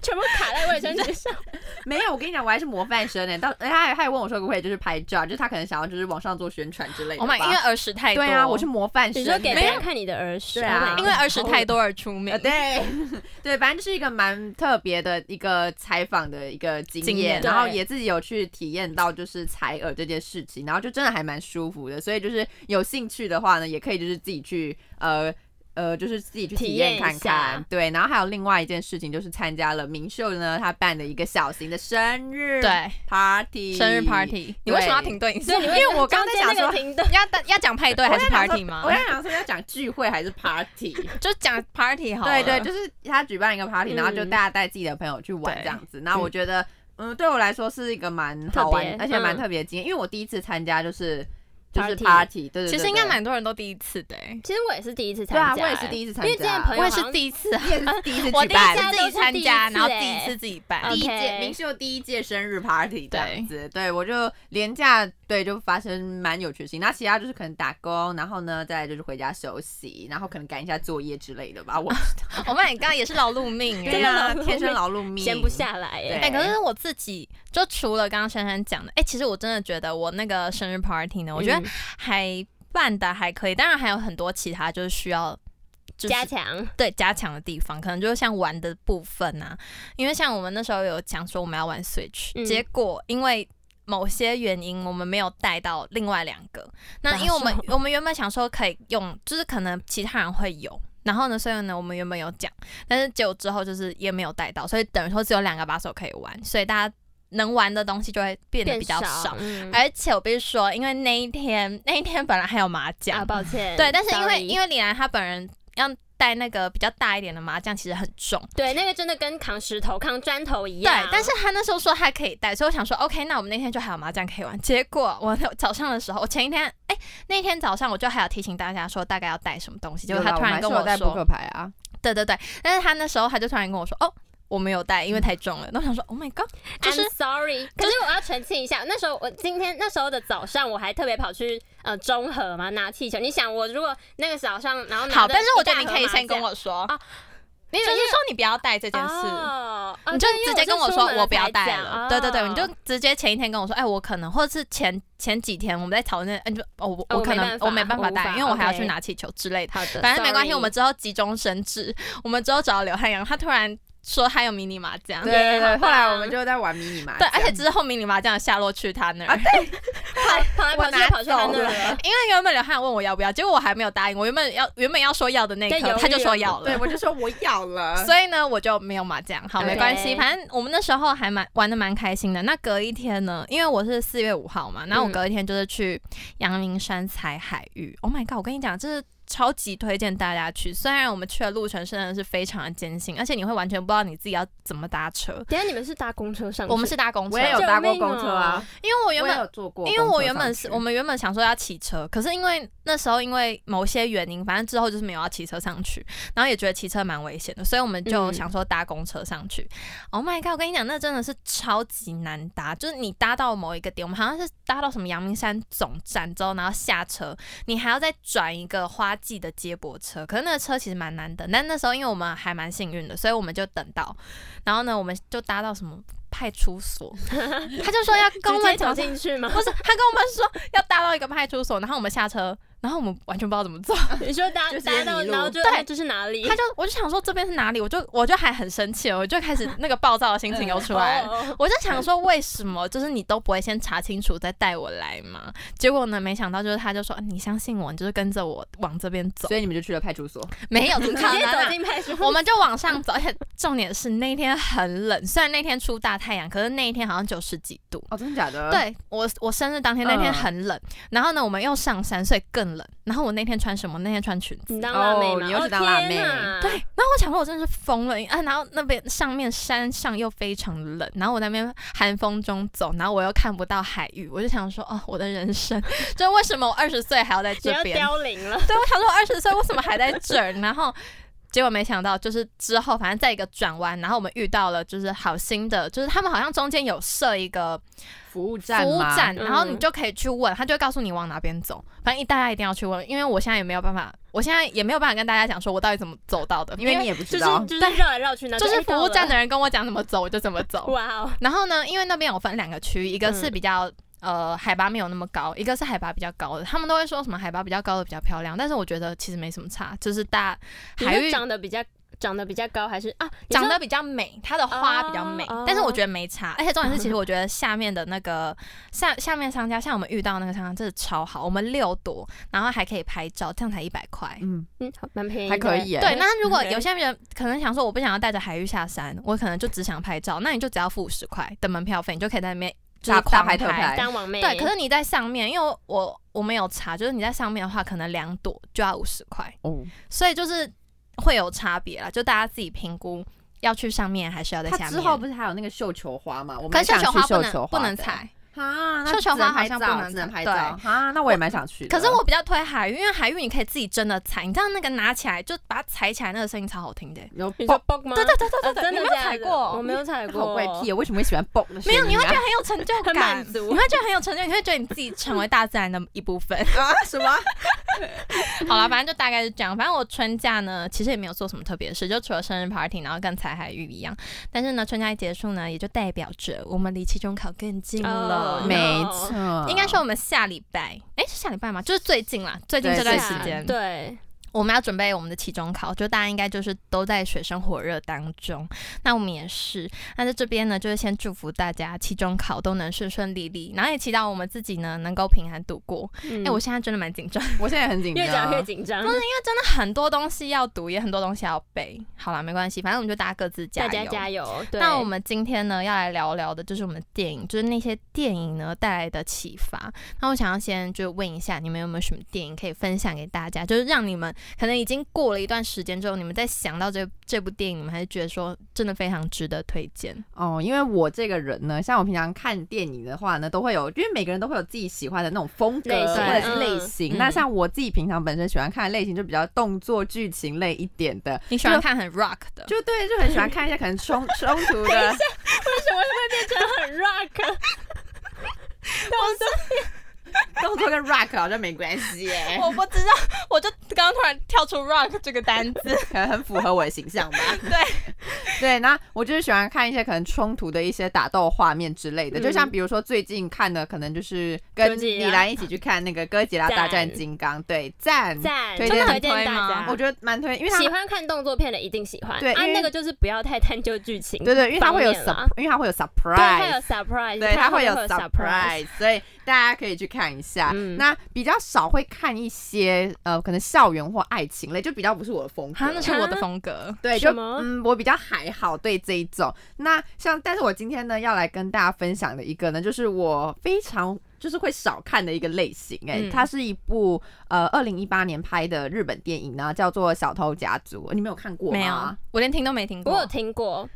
[SPEAKER 3] 全部卡在卫生纸上。
[SPEAKER 2] [laughs] 没有，我跟你讲，我还是模范生呢。到哎他还他还问我说可不可以就是拍照，就是他可能想要就是网上做宣传之类的
[SPEAKER 1] Oh
[SPEAKER 2] 吧。
[SPEAKER 1] my，因为耳屎太多。
[SPEAKER 2] 对啊，我是模范生
[SPEAKER 3] 你
[SPEAKER 2] 呢，
[SPEAKER 3] 说给别
[SPEAKER 1] 没
[SPEAKER 3] 人看你的耳屎，
[SPEAKER 2] 对啊
[SPEAKER 3] Oh my
[SPEAKER 1] 因为耳屎太多而出名
[SPEAKER 2] 呃，。对 [laughs] 对，反正就是一个蛮特别的一个采访的一个经
[SPEAKER 1] 经验
[SPEAKER 2] 验，然后
[SPEAKER 3] 对
[SPEAKER 2] 也自己有去体验到就是采耳这件事情，然后就真的还蛮舒服的，所以就是有兴趣的话呢，也可以就是自己去呃。呃，就是自己去
[SPEAKER 3] 体
[SPEAKER 2] 体
[SPEAKER 3] 验一
[SPEAKER 2] 验看看
[SPEAKER 3] 下，
[SPEAKER 2] 对。然后还有另外一件事情，就是参加了明秀呢，他办的一个小型的生日
[SPEAKER 1] 对，
[SPEAKER 2] party，
[SPEAKER 1] 生日 party，你为什么要停顿一下？
[SPEAKER 3] 所以你
[SPEAKER 1] 因
[SPEAKER 3] 会
[SPEAKER 1] 为我
[SPEAKER 2] 刚才
[SPEAKER 3] 中间
[SPEAKER 2] 想
[SPEAKER 3] 那个
[SPEAKER 2] 说
[SPEAKER 3] 停顿，
[SPEAKER 1] [laughs]
[SPEAKER 3] [laughs]
[SPEAKER 1] 要要讲派对还是 party 吗
[SPEAKER 2] 我？在想说要讲聚会还是 party，
[SPEAKER 1] 就讲 party 好了。
[SPEAKER 2] 对对，就是他举办一个 party，、
[SPEAKER 3] 嗯
[SPEAKER 2] 然后就大家带自己的朋友去玩
[SPEAKER 1] 对
[SPEAKER 2] 这样子。那我觉得，嗯，对我来说是一个蛮
[SPEAKER 3] 特
[SPEAKER 2] 好玩
[SPEAKER 3] 别，
[SPEAKER 2] 而且蛮
[SPEAKER 3] 嗯
[SPEAKER 2] 特别的经验，因为我第一次参加就是就是
[SPEAKER 3] Party
[SPEAKER 2] party，对对
[SPEAKER 1] 其
[SPEAKER 2] 对
[SPEAKER 1] 实应该
[SPEAKER 2] 对
[SPEAKER 1] 蛮多人都第一次的欸。
[SPEAKER 3] 其实我也是第一次
[SPEAKER 2] 对啊
[SPEAKER 3] 参，加，欸
[SPEAKER 2] 我也是第一次参加，
[SPEAKER 3] 因为之前朋
[SPEAKER 1] 我
[SPEAKER 3] 友
[SPEAKER 1] 也
[SPEAKER 3] 好
[SPEAKER 1] 是
[SPEAKER 3] 像
[SPEAKER 1] 第一次啊，
[SPEAKER 2] 你也是第一次
[SPEAKER 1] [laughs] 我
[SPEAKER 2] 举
[SPEAKER 1] 第一次
[SPEAKER 2] 办。
[SPEAKER 1] 要自己参加，然后第一次欸呃自己办
[SPEAKER 3] 嗯。
[SPEAKER 2] [laughs] 第一届
[SPEAKER 3] OK
[SPEAKER 2] 明秀第一届生日 party 这
[SPEAKER 1] 对
[SPEAKER 2] 样子，对我就廉价对就发生蛮有趣的事情，那其他就是可能打工，然后呢再来就是回家休息，然后可能赶一下作业之类的吧。我
[SPEAKER 1] [laughs] Oh my god，也是劳碌命哎
[SPEAKER 2] 对。
[SPEAKER 3] 劳
[SPEAKER 2] 啊，
[SPEAKER 3] 碌
[SPEAKER 2] 天生
[SPEAKER 3] 命
[SPEAKER 2] 劳碌命，啊
[SPEAKER 3] 闲不下来耶。
[SPEAKER 1] 哎、
[SPEAKER 2] 对
[SPEAKER 1] 可是我自己就除了刚刚珊珊讲的，哎、其实我真的觉得我那个生日 party 呢，我觉得
[SPEAKER 3] 嗯
[SPEAKER 1] 还办的还可以，当然还有很多其他就是需要。就是、
[SPEAKER 3] 加强，
[SPEAKER 1] 对加强的地方，可能就是像玩的部分啊，因为像我们那时候有讲说我们要玩 Switch，、
[SPEAKER 3] 嗯
[SPEAKER 1] 结果因为某些原因我们没有带到另外两个，那因为我们
[SPEAKER 3] 哪
[SPEAKER 1] 我们原本想说可以用，就是可能其他人会有。然后呢，所以呢，我们原本有讲，但是结果之后就是也没有带到，所以等于说只有两个把手可以玩，所以大家能玩的东西就会变得
[SPEAKER 3] 变
[SPEAKER 1] 比较少。啊
[SPEAKER 3] 少，嗯
[SPEAKER 1] 而且我必须说，因为那一天那一天本来还有麻将，
[SPEAKER 3] 啊，抱歉，
[SPEAKER 1] 对，但是因为因
[SPEAKER 3] 为
[SPEAKER 1] 为李兰她本人要带那个比较大一点的麻将，其实很重。
[SPEAKER 3] 对那个真的跟扛石头、扛砖头一
[SPEAKER 1] 对
[SPEAKER 3] 样，，
[SPEAKER 1] 但是她那时候说她可以带，所以我想说 OK，那我们那天就还有麻将可以玩。结果我早上的时候，我前一天哎、那天早上我就还有提醒大家说大概要带什么东西，结
[SPEAKER 2] 有
[SPEAKER 1] 果她
[SPEAKER 2] 啦
[SPEAKER 1] 突然跟
[SPEAKER 2] 我
[SPEAKER 1] 我
[SPEAKER 2] 带扑
[SPEAKER 1] 说，
[SPEAKER 2] 克牌啊，
[SPEAKER 1] 对对对，但是她那时候她就突然跟我说哦。我没有带，因为太
[SPEAKER 2] 嗯
[SPEAKER 1] 重了。那我想说，Oh my god，就是
[SPEAKER 3] I'm sorry，可是我要澄清一下，那时候我今天那时候的早上，我还特别跑去呃中和嘛拿气球。你想，我如果那个早上，然后拿
[SPEAKER 1] 好，
[SPEAKER 3] 着
[SPEAKER 1] 但是我觉得
[SPEAKER 3] 一
[SPEAKER 1] 你
[SPEAKER 3] 大
[SPEAKER 1] 可以
[SPEAKER 3] 盒麻
[SPEAKER 1] 先跟
[SPEAKER 3] 将，
[SPEAKER 1] 我说，
[SPEAKER 3] 没
[SPEAKER 1] 就
[SPEAKER 3] 有
[SPEAKER 1] 是
[SPEAKER 3] 因为
[SPEAKER 1] 说你不要带这件事。
[SPEAKER 3] 哦，哦
[SPEAKER 1] 你就
[SPEAKER 3] 对因为
[SPEAKER 1] 直接跟我
[SPEAKER 3] 是
[SPEAKER 1] 说
[SPEAKER 3] 出门
[SPEAKER 1] 我不要
[SPEAKER 3] 才
[SPEAKER 1] 带
[SPEAKER 3] 讲
[SPEAKER 1] 了，对对对，
[SPEAKER 3] 哦
[SPEAKER 1] 你就直接前一天跟我说，哎，我可能，或者是前前几天我们在讨论，嗯，就哦，我
[SPEAKER 3] 哦
[SPEAKER 1] 我可
[SPEAKER 3] 没
[SPEAKER 1] 能
[SPEAKER 3] 办法
[SPEAKER 1] 我没办法
[SPEAKER 3] 我无
[SPEAKER 1] 带，
[SPEAKER 3] 法
[SPEAKER 1] 因为我还要
[SPEAKER 3] OK
[SPEAKER 1] 去拿气球之类的，
[SPEAKER 3] 好的，
[SPEAKER 1] 反正没关系，
[SPEAKER 3] sorry
[SPEAKER 1] 我们之后急中生智，我们之后找刘汉阳，他突然说他有迷你麻将。
[SPEAKER 2] 对
[SPEAKER 1] 对，
[SPEAKER 2] 对对，
[SPEAKER 3] 好吧
[SPEAKER 2] 后来我们就在玩迷你麻将，
[SPEAKER 1] 而且之后迷你麻将的下落去他
[SPEAKER 3] 啊
[SPEAKER 1] 那儿， [laughs]
[SPEAKER 3] 跑跑来跑去
[SPEAKER 2] 我拿
[SPEAKER 3] 跑去他
[SPEAKER 2] 走
[SPEAKER 3] 那
[SPEAKER 2] 了
[SPEAKER 3] 了，
[SPEAKER 1] 因为原本刘汉问我要不要，结果我还没有答应。我原本要原本要说要的那一
[SPEAKER 3] 在
[SPEAKER 1] 刻
[SPEAKER 3] 犹，豫
[SPEAKER 1] 他就说要了
[SPEAKER 2] 对。我就说我要了，
[SPEAKER 1] 所以呢，我就没有麻将，好，
[SPEAKER 2] OK
[SPEAKER 1] 没关系，反正我们那时候还蛮玩的蛮开心的。那隔一天呢，因为我是四月五号嘛，然后我
[SPEAKER 3] 嗯
[SPEAKER 1] 隔一天就是去阳明山采海芋。Oh my god！我跟你讲，这是超级推荐大家去。虽然我们去的路程真的是非常的艰辛，而且你会完全不知道你自己要怎么搭车。
[SPEAKER 3] 等一下你们是搭公车上去？
[SPEAKER 1] 我们是搭公车，
[SPEAKER 2] 我也有搭过公车
[SPEAKER 3] 救哦
[SPEAKER 2] 啊，
[SPEAKER 1] 因为我原
[SPEAKER 2] 我
[SPEAKER 1] 本
[SPEAKER 2] 也有坐过公
[SPEAKER 1] 因
[SPEAKER 2] 车
[SPEAKER 1] 为
[SPEAKER 2] 上去，
[SPEAKER 1] 我原本是我们原本想说要骑车，可是因为那时候因为某些原因，反正之后就是没有要骑车上去，然后也觉得骑车蛮危险的，所以我们就
[SPEAKER 3] 嗯
[SPEAKER 1] 想说搭公车上去。oh my god！我跟你讲，那真的是超级难搭，就是你搭到某一个点，我们好像是搭到什么阳明山总站之后，然后下车，你还要再转一个花季的接驳车，可是那个车其实蛮难等。但那时候因为我们还蛮幸运的，所以我们就等到，然后呢，我们就搭到什么派出所，他就说要跟我
[SPEAKER 3] 直
[SPEAKER 1] 们讲
[SPEAKER 3] 接走
[SPEAKER 1] 说
[SPEAKER 3] 进去吗？
[SPEAKER 1] 不是，他跟我们说要搭到一个派出所，然后我们下车，然后我们完全不知道怎么走。
[SPEAKER 3] [laughs] 你说搭
[SPEAKER 2] 就直接
[SPEAKER 3] 搭到，
[SPEAKER 2] 迷路
[SPEAKER 3] 然后就
[SPEAKER 1] 对
[SPEAKER 3] 哎这是哪里？
[SPEAKER 1] 他就我就想说这边是哪里，我就我就还很生气了，我就开始那个暴躁的心情又出来了。
[SPEAKER 3] [laughs] 哦
[SPEAKER 1] 我就想说，为什么就是你都不会先查清楚再带我来嘛？结果呢，没想到就是他就说，啊你相信我，你就是跟着我往这边
[SPEAKER 3] [laughs]
[SPEAKER 1] 走，
[SPEAKER 2] 所以你们就去了派出所，
[SPEAKER 1] 没有，直
[SPEAKER 3] 直接走进派出所。
[SPEAKER 1] [laughs] 我们就往上走，而且重点是那一天很冷，虽然那天出大太阳，可是那一天好像九十几度，
[SPEAKER 2] 哦，真的假的？，
[SPEAKER 1] 对我，我生日当天那天
[SPEAKER 2] 嗯
[SPEAKER 1] 很冷，然后呢，我们又上山，所以更冷。然后我那天穿什么？那天穿裙子。
[SPEAKER 3] 你当辣妹
[SPEAKER 2] 哦
[SPEAKER 3] 吗？
[SPEAKER 2] 你又
[SPEAKER 3] 哦
[SPEAKER 2] 是当辣妹
[SPEAKER 3] 天哪
[SPEAKER 1] 对，然后我想说，我真的是疯了啊！然后那边上面山上又非常冷，然后我在那边寒风中走，然后我又看不到海域，我就想说，哦，我的人生， [laughs] 就为什么我二十岁还要在
[SPEAKER 3] 你
[SPEAKER 1] 这
[SPEAKER 3] 要
[SPEAKER 1] 边？
[SPEAKER 3] 凋零了。
[SPEAKER 1] 对，我想说，我二十岁为什么还在这儿？然后结果没想到，就是之后反正在一个转弯，然后我们遇到了就是好心的，就是他们好像中间有设一个
[SPEAKER 2] 服务站
[SPEAKER 1] 服务
[SPEAKER 2] 吗
[SPEAKER 1] 站，然后你
[SPEAKER 3] 嗯
[SPEAKER 1] 就可以去问，他就会告诉你往哪边走。反正一大家一定要去问，因为我现在也没有办法，我现在也没有办法跟大家讲说我到底怎么走到的，
[SPEAKER 2] 因为你也不
[SPEAKER 3] 就
[SPEAKER 2] 知
[SPEAKER 3] 是
[SPEAKER 2] 道，
[SPEAKER 3] 就是
[SPEAKER 1] 对
[SPEAKER 3] 绕来绕去，然后
[SPEAKER 1] 就是
[SPEAKER 3] 哎
[SPEAKER 1] 服
[SPEAKER 3] 到
[SPEAKER 1] 务
[SPEAKER 3] 了
[SPEAKER 1] 站的人跟我讲怎么走，我就怎么
[SPEAKER 3] [laughs]
[SPEAKER 1] 走。
[SPEAKER 3] 哇哦，
[SPEAKER 1] 然后呢，因为那边有分两个区，一个是比较。呃，海拔没有那么高，一个是海拔比较高的，他们都会说什么海拔比较高的比较漂亮，但是我觉得其实没什么差，就是大
[SPEAKER 3] 你
[SPEAKER 1] 海
[SPEAKER 3] 是
[SPEAKER 1] 域
[SPEAKER 3] 长得比较长得比较高，还是啊你
[SPEAKER 1] 长
[SPEAKER 3] 说
[SPEAKER 1] 得比较美，它的花比较美，
[SPEAKER 3] 哦
[SPEAKER 1] 但是我觉得没差。而且重点是，其实我觉得下面的那个下下面商家，像我们遇到那个商家，真的超好。我们六朵，然后还可以拍照，这样才一百块。
[SPEAKER 2] 嗯，
[SPEAKER 3] 嗯好蛮便宜的，
[SPEAKER 2] 还可以耶。
[SPEAKER 1] 对，那如果
[SPEAKER 3] OK
[SPEAKER 1] 有些人可能想说，我不想要带着海芋下山，我可能就只想拍照，那你就只要付五十块的门票费，你就可以在那边就是
[SPEAKER 2] 大大
[SPEAKER 1] 狂
[SPEAKER 2] 拍特拍
[SPEAKER 3] 当王妹
[SPEAKER 1] 对，可是你在上面，因为我我没有查，就是你在上面的话，可能两朵就要五十块。
[SPEAKER 2] 哦，
[SPEAKER 1] 所以就是会有差别啦，就大家自己评估要去上面还是要在下
[SPEAKER 2] 它
[SPEAKER 1] 面。
[SPEAKER 2] 之后不是还有那个绣球花嘛？我
[SPEAKER 1] 可
[SPEAKER 2] 们
[SPEAKER 1] 是绣
[SPEAKER 2] 想
[SPEAKER 1] 球
[SPEAKER 2] 去
[SPEAKER 1] 花不
[SPEAKER 2] 绣
[SPEAKER 1] 能
[SPEAKER 2] 球
[SPEAKER 1] 不
[SPEAKER 2] 花
[SPEAKER 1] 能
[SPEAKER 2] 的
[SPEAKER 1] 踩，
[SPEAKER 2] 啊，那
[SPEAKER 1] 绣球
[SPEAKER 2] 只能
[SPEAKER 1] 花好
[SPEAKER 2] 拍
[SPEAKER 1] 像
[SPEAKER 2] 照
[SPEAKER 1] 不能
[SPEAKER 2] 只能
[SPEAKER 1] 踩
[SPEAKER 2] 拍照
[SPEAKER 1] 对
[SPEAKER 2] 啊。那我也蛮想去的。
[SPEAKER 1] 可是我比较推海芋，因为海芋你可以自己真的踩，你知道那个拿起来就把它踩起来，那个声音超好听的、
[SPEAKER 2] 有
[SPEAKER 3] 你
[SPEAKER 2] 爆
[SPEAKER 3] 说 bug 吗？
[SPEAKER 1] 对对对对对
[SPEAKER 3] 呃
[SPEAKER 1] 对，
[SPEAKER 3] 真
[SPEAKER 1] 你
[SPEAKER 3] 的
[SPEAKER 1] 没有
[SPEAKER 3] 假的
[SPEAKER 1] 踩过，
[SPEAKER 3] 我没
[SPEAKER 1] [laughs]
[SPEAKER 3] 有踩过，
[SPEAKER 2] 好怪癖，为什么会喜欢蹦的声
[SPEAKER 1] 没
[SPEAKER 2] 音
[SPEAKER 1] 有，
[SPEAKER 2] 啊？
[SPEAKER 1] 你会觉得很有成就
[SPEAKER 3] 很
[SPEAKER 1] 感
[SPEAKER 3] 满，足
[SPEAKER 1] 你会觉得很有成就，你会觉得你自己成为大自然的一部分。 [laughs]
[SPEAKER 2] 啊什么？
[SPEAKER 1] 好了，反正就大概是这样。反正我春假呢，其实也没有做什么特别的事，就除了生日 party，然后跟彩海玉一样。但是呢，春假一结束呢，也就代表着我们离期中考更近了。
[SPEAKER 3] 哦
[SPEAKER 1] 没，
[SPEAKER 2] 没错，
[SPEAKER 1] 应该说我们下礼拜，哎、是下礼拜吗？就是最近啦，最近
[SPEAKER 2] 对
[SPEAKER 1] [laughs] 这
[SPEAKER 3] 对
[SPEAKER 1] 段
[SPEAKER 3] 啊
[SPEAKER 1] 时间，哎
[SPEAKER 3] 对，
[SPEAKER 1] 我们要准备我们的期中考，就大家应该就是都在水深火热当中。那我们也是，那在这边呢，就是先祝福大家期中考都能顺顺利利，然后也祈祷我们自己呢能够平安度过。哎、
[SPEAKER 3] 哎
[SPEAKER 1] 我现在真的蛮紧张。
[SPEAKER 2] 我现在也很紧张，
[SPEAKER 3] 越讲越紧张，
[SPEAKER 1] 真的很多东西要读，也很多东西要背。好啦，没关系，反正我们就大家各自加
[SPEAKER 3] 大
[SPEAKER 1] 油。
[SPEAKER 3] 家加油。对，
[SPEAKER 1] 那我们今天呢，要来聊聊的就是我们电影，就是那些电影呢带来的启发。那我想要先就问一下，你们有没有什么电影可以分享给大家？就是让你们可能已经过了一段时间之后，你们再想到这这部电影，你们还是觉得说真的非常值得推荐。
[SPEAKER 2] 哦，因为我这个人呢，像我平常看电影的话呢，都会有，因为每个人都会有自己喜欢的那种风格
[SPEAKER 3] 类
[SPEAKER 2] 或
[SPEAKER 3] 型
[SPEAKER 2] 者是
[SPEAKER 3] 嗯
[SPEAKER 2] 类型。
[SPEAKER 1] 嗯
[SPEAKER 2] 那像我自己平常本身喜欢看的类型，就比较动作剧情类一点的，
[SPEAKER 1] 你喜欢看很 rock 的？
[SPEAKER 2] 就对，就很喜欢看一些可能
[SPEAKER 3] [laughs]
[SPEAKER 2] 冲冲突的。
[SPEAKER 3] 为什么会变成很 rock？
[SPEAKER 2] 动作跟 rock 好像没关系
[SPEAKER 1] [laughs]
[SPEAKER 2] 耶，
[SPEAKER 1] 我不知道，我就刚刚突然跳出 rock 这个单字，
[SPEAKER 2] 可能很符合我的形
[SPEAKER 3] [laughs]
[SPEAKER 2] 象吧。
[SPEAKER 1] 对，
[SPEAKER 2] 对，那我就是喜欢看一些可能冲突的一些打斗画面之类的，
[SPEAKER 3] 嗯
[SPEAKER 2] 就像比如说最近看的，可能就是跟
[SPEAKER 3] 哥吉拉
[SPEAKER 2] 米兰一起去看那个《哥吉拉大战
[SPEAKER 3] 赞
[SPEAKER 2] 金刚》，对，赞，
[SPEAKER 3] [laughs] 赞，
[SPEAKER 2] 推荐
[SPEAKER 3] 真的
[SPEAKER 1] 很
[SPEAKER 3] 推
[SPEAKER 1] 推
[SPEAKER 3] 荐
[SPEAKER 1] 吗
[SPEAKER 3] 大
[SPEAKER 2] 我
[SPEAKER 3] 家。
[SPEAKER 2] 觉得蛮推，因为他
[SPEAKER 3] 啊喜欢看动作片的一定喜欢，
[SPEAKER 2] 对
[SPEAKER 3] 啊
[SPEAKER 2] 因为，
[SPEAKER 3] 那个就是不要太探究剧情，
[SPEAKER 2] 对对，因为他会有
[SPEAKER 3] 方面啦啊
[SPEAKER 2] surprise，因为他会有
[SPEAKER 3] 对，会有
[SPEAKER 2] surprise。
[SPEAKER 3] surprise，
[SPEAKER 2] 对，他
[SPEAKER 3] 会
[SPEAKER 2] 会有
[SPEAKER 3] surprise，
[SPEAKER 2] surprise，所以大家可以去看一下。
[SPEAKER 3] 嗯
[SPEAKER 2] 那比较少会看一些呃，可能校园或爱情类，就比较不是我的风格。
[SPEAKER 1] 他啊那是我的风格。
[SPEAKER 2] 对，就
[SPEAKER 3] 什么
[SPEAKER 2] 嗯，我比较还好对这一种。那像，但是我今天呢要来跟大家分享的一个呢，就是我非常就是会少看的一个类型、哎、
[SPEAKER 1] 嗯
[SPEAKER 2] 它是一部呃二零一八年拍的日本电影呢，叫做《小偷家族》，你们有看过吗？
[SPEAKER 1] 没有，我连听都没听过。
[SPEAKER 3] 我有听过。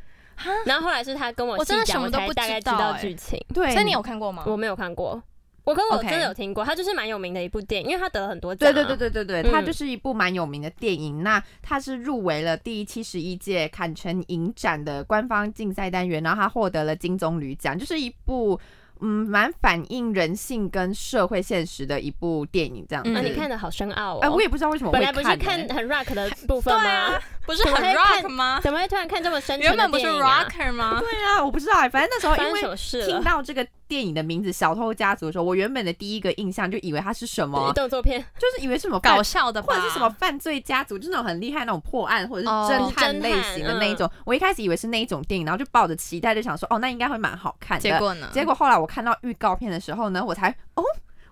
[SPEAKER 3] 然后后来是他跟我
[SPEAKER 1] 我真的
[SPEAKER 3] 细讲
[SPEAKER 1] 什么都
[SPEAKER 3] 我才
[SPEAKER 1] 不
[SPEAKER 3] 大概
[SPEAKER 1] 知
[SPEAKER 3] 知
[SPEAKER 1] 道
[SPEAKER 3] 道
[SPEAKER 1] 欸
[SPEAKER 3] 剧情，
[SPEAKER 2] 对，
[SPEAKER 1] 所以你有看过吗？
[SPEAKER 3] 我没有看过。我跟我
[SPEAKER 1] OK
[SPEAKER 3] 真的有听过，它就是蛮有名的一部电影，因为它得了很多奖、
[SPEAKER 2] 对
[SPEAKER 3] 啊。
[SPEAKER 2] 对对对对对，它
[SPEAKER 3] 嗯
[SPEAKER 2] 就是一部蛮有名的电影。那它是入围了第七十一届坎城影展的官方竞赛单元，然后它获得了金棕榈奖，就是一部嗯蛮反映人性跟社会现实的一部电影这样子。
[SPEAKER 1] 嗯
[SPEAKER 3] 啊，
[SPEAKER 1] 那
[SPEAKER 3] 你看的好深奥哦。
[SPEAKER 2] 哎、我也不知道为什么我
[SPEAKER 3] 本
[SPEAKER 2] 会
[SPEAKER 3] 来不是
[SPEAKER 2] 看
[SPEAKER 3] 看
[SPEAKER 2] 欸
[SPEAKER 3] 很 rock 的部
[SPEAKER 1] 对
[SPEAKER 3] 分吗？
[SPEAKER 1] 啊，不是
[SPEAKER 3] 怎么
[SPEAKER 1] 很
[SPEAKER 3] 会看
[SPEAKER 1] rock 吗？
[SPEAKER 3] 怎么会突然看这么深沉
[SPEAKER 1] 原
[SPEAKER 3] 的
[SPEAKER 1] 本不是
[SPEAKER 3] 电影啊
[SPEAKER 1] rocker 吗？
[SPEAKER 2] 对啊，我不知道、欸，反正那时候
[SPEAKER 3] 发
[SPEAKER 2] 因
[SPEAKER 3] 生
[SPEAKER 2] 为
[SPEAKER 3] 什么事
[SPEAKER 2] 听 [laughs]
[SPEAKER 3] 了？
[SPEAKER 2] 到这个电影的名字《小偷家族》的时候，我原本的第一个印象就以为它是什么，
[SPEAKER 3] 动作片
[SPEAKER 2] 就是以为是什么
[SPEAKER 1] 搞
[SPEAKER 2] 犯
[SPEAKER 1] 笑的吧，
[SPEAKER 2] 或者是什么犯罪家族，就是那种很厉害那种破案或者是
[SPEAKER 1] 哦嗯
[SPEAKER 2] 侦探类型的那一种。我一开始以为是那一种电影，然后就抱着期待就想说，哦，那应该会蛮好看的。
[SPEAKER 1] 结果呢？
[SPEAKER 2] 结果后来我看到预告片的时候呢，我才哦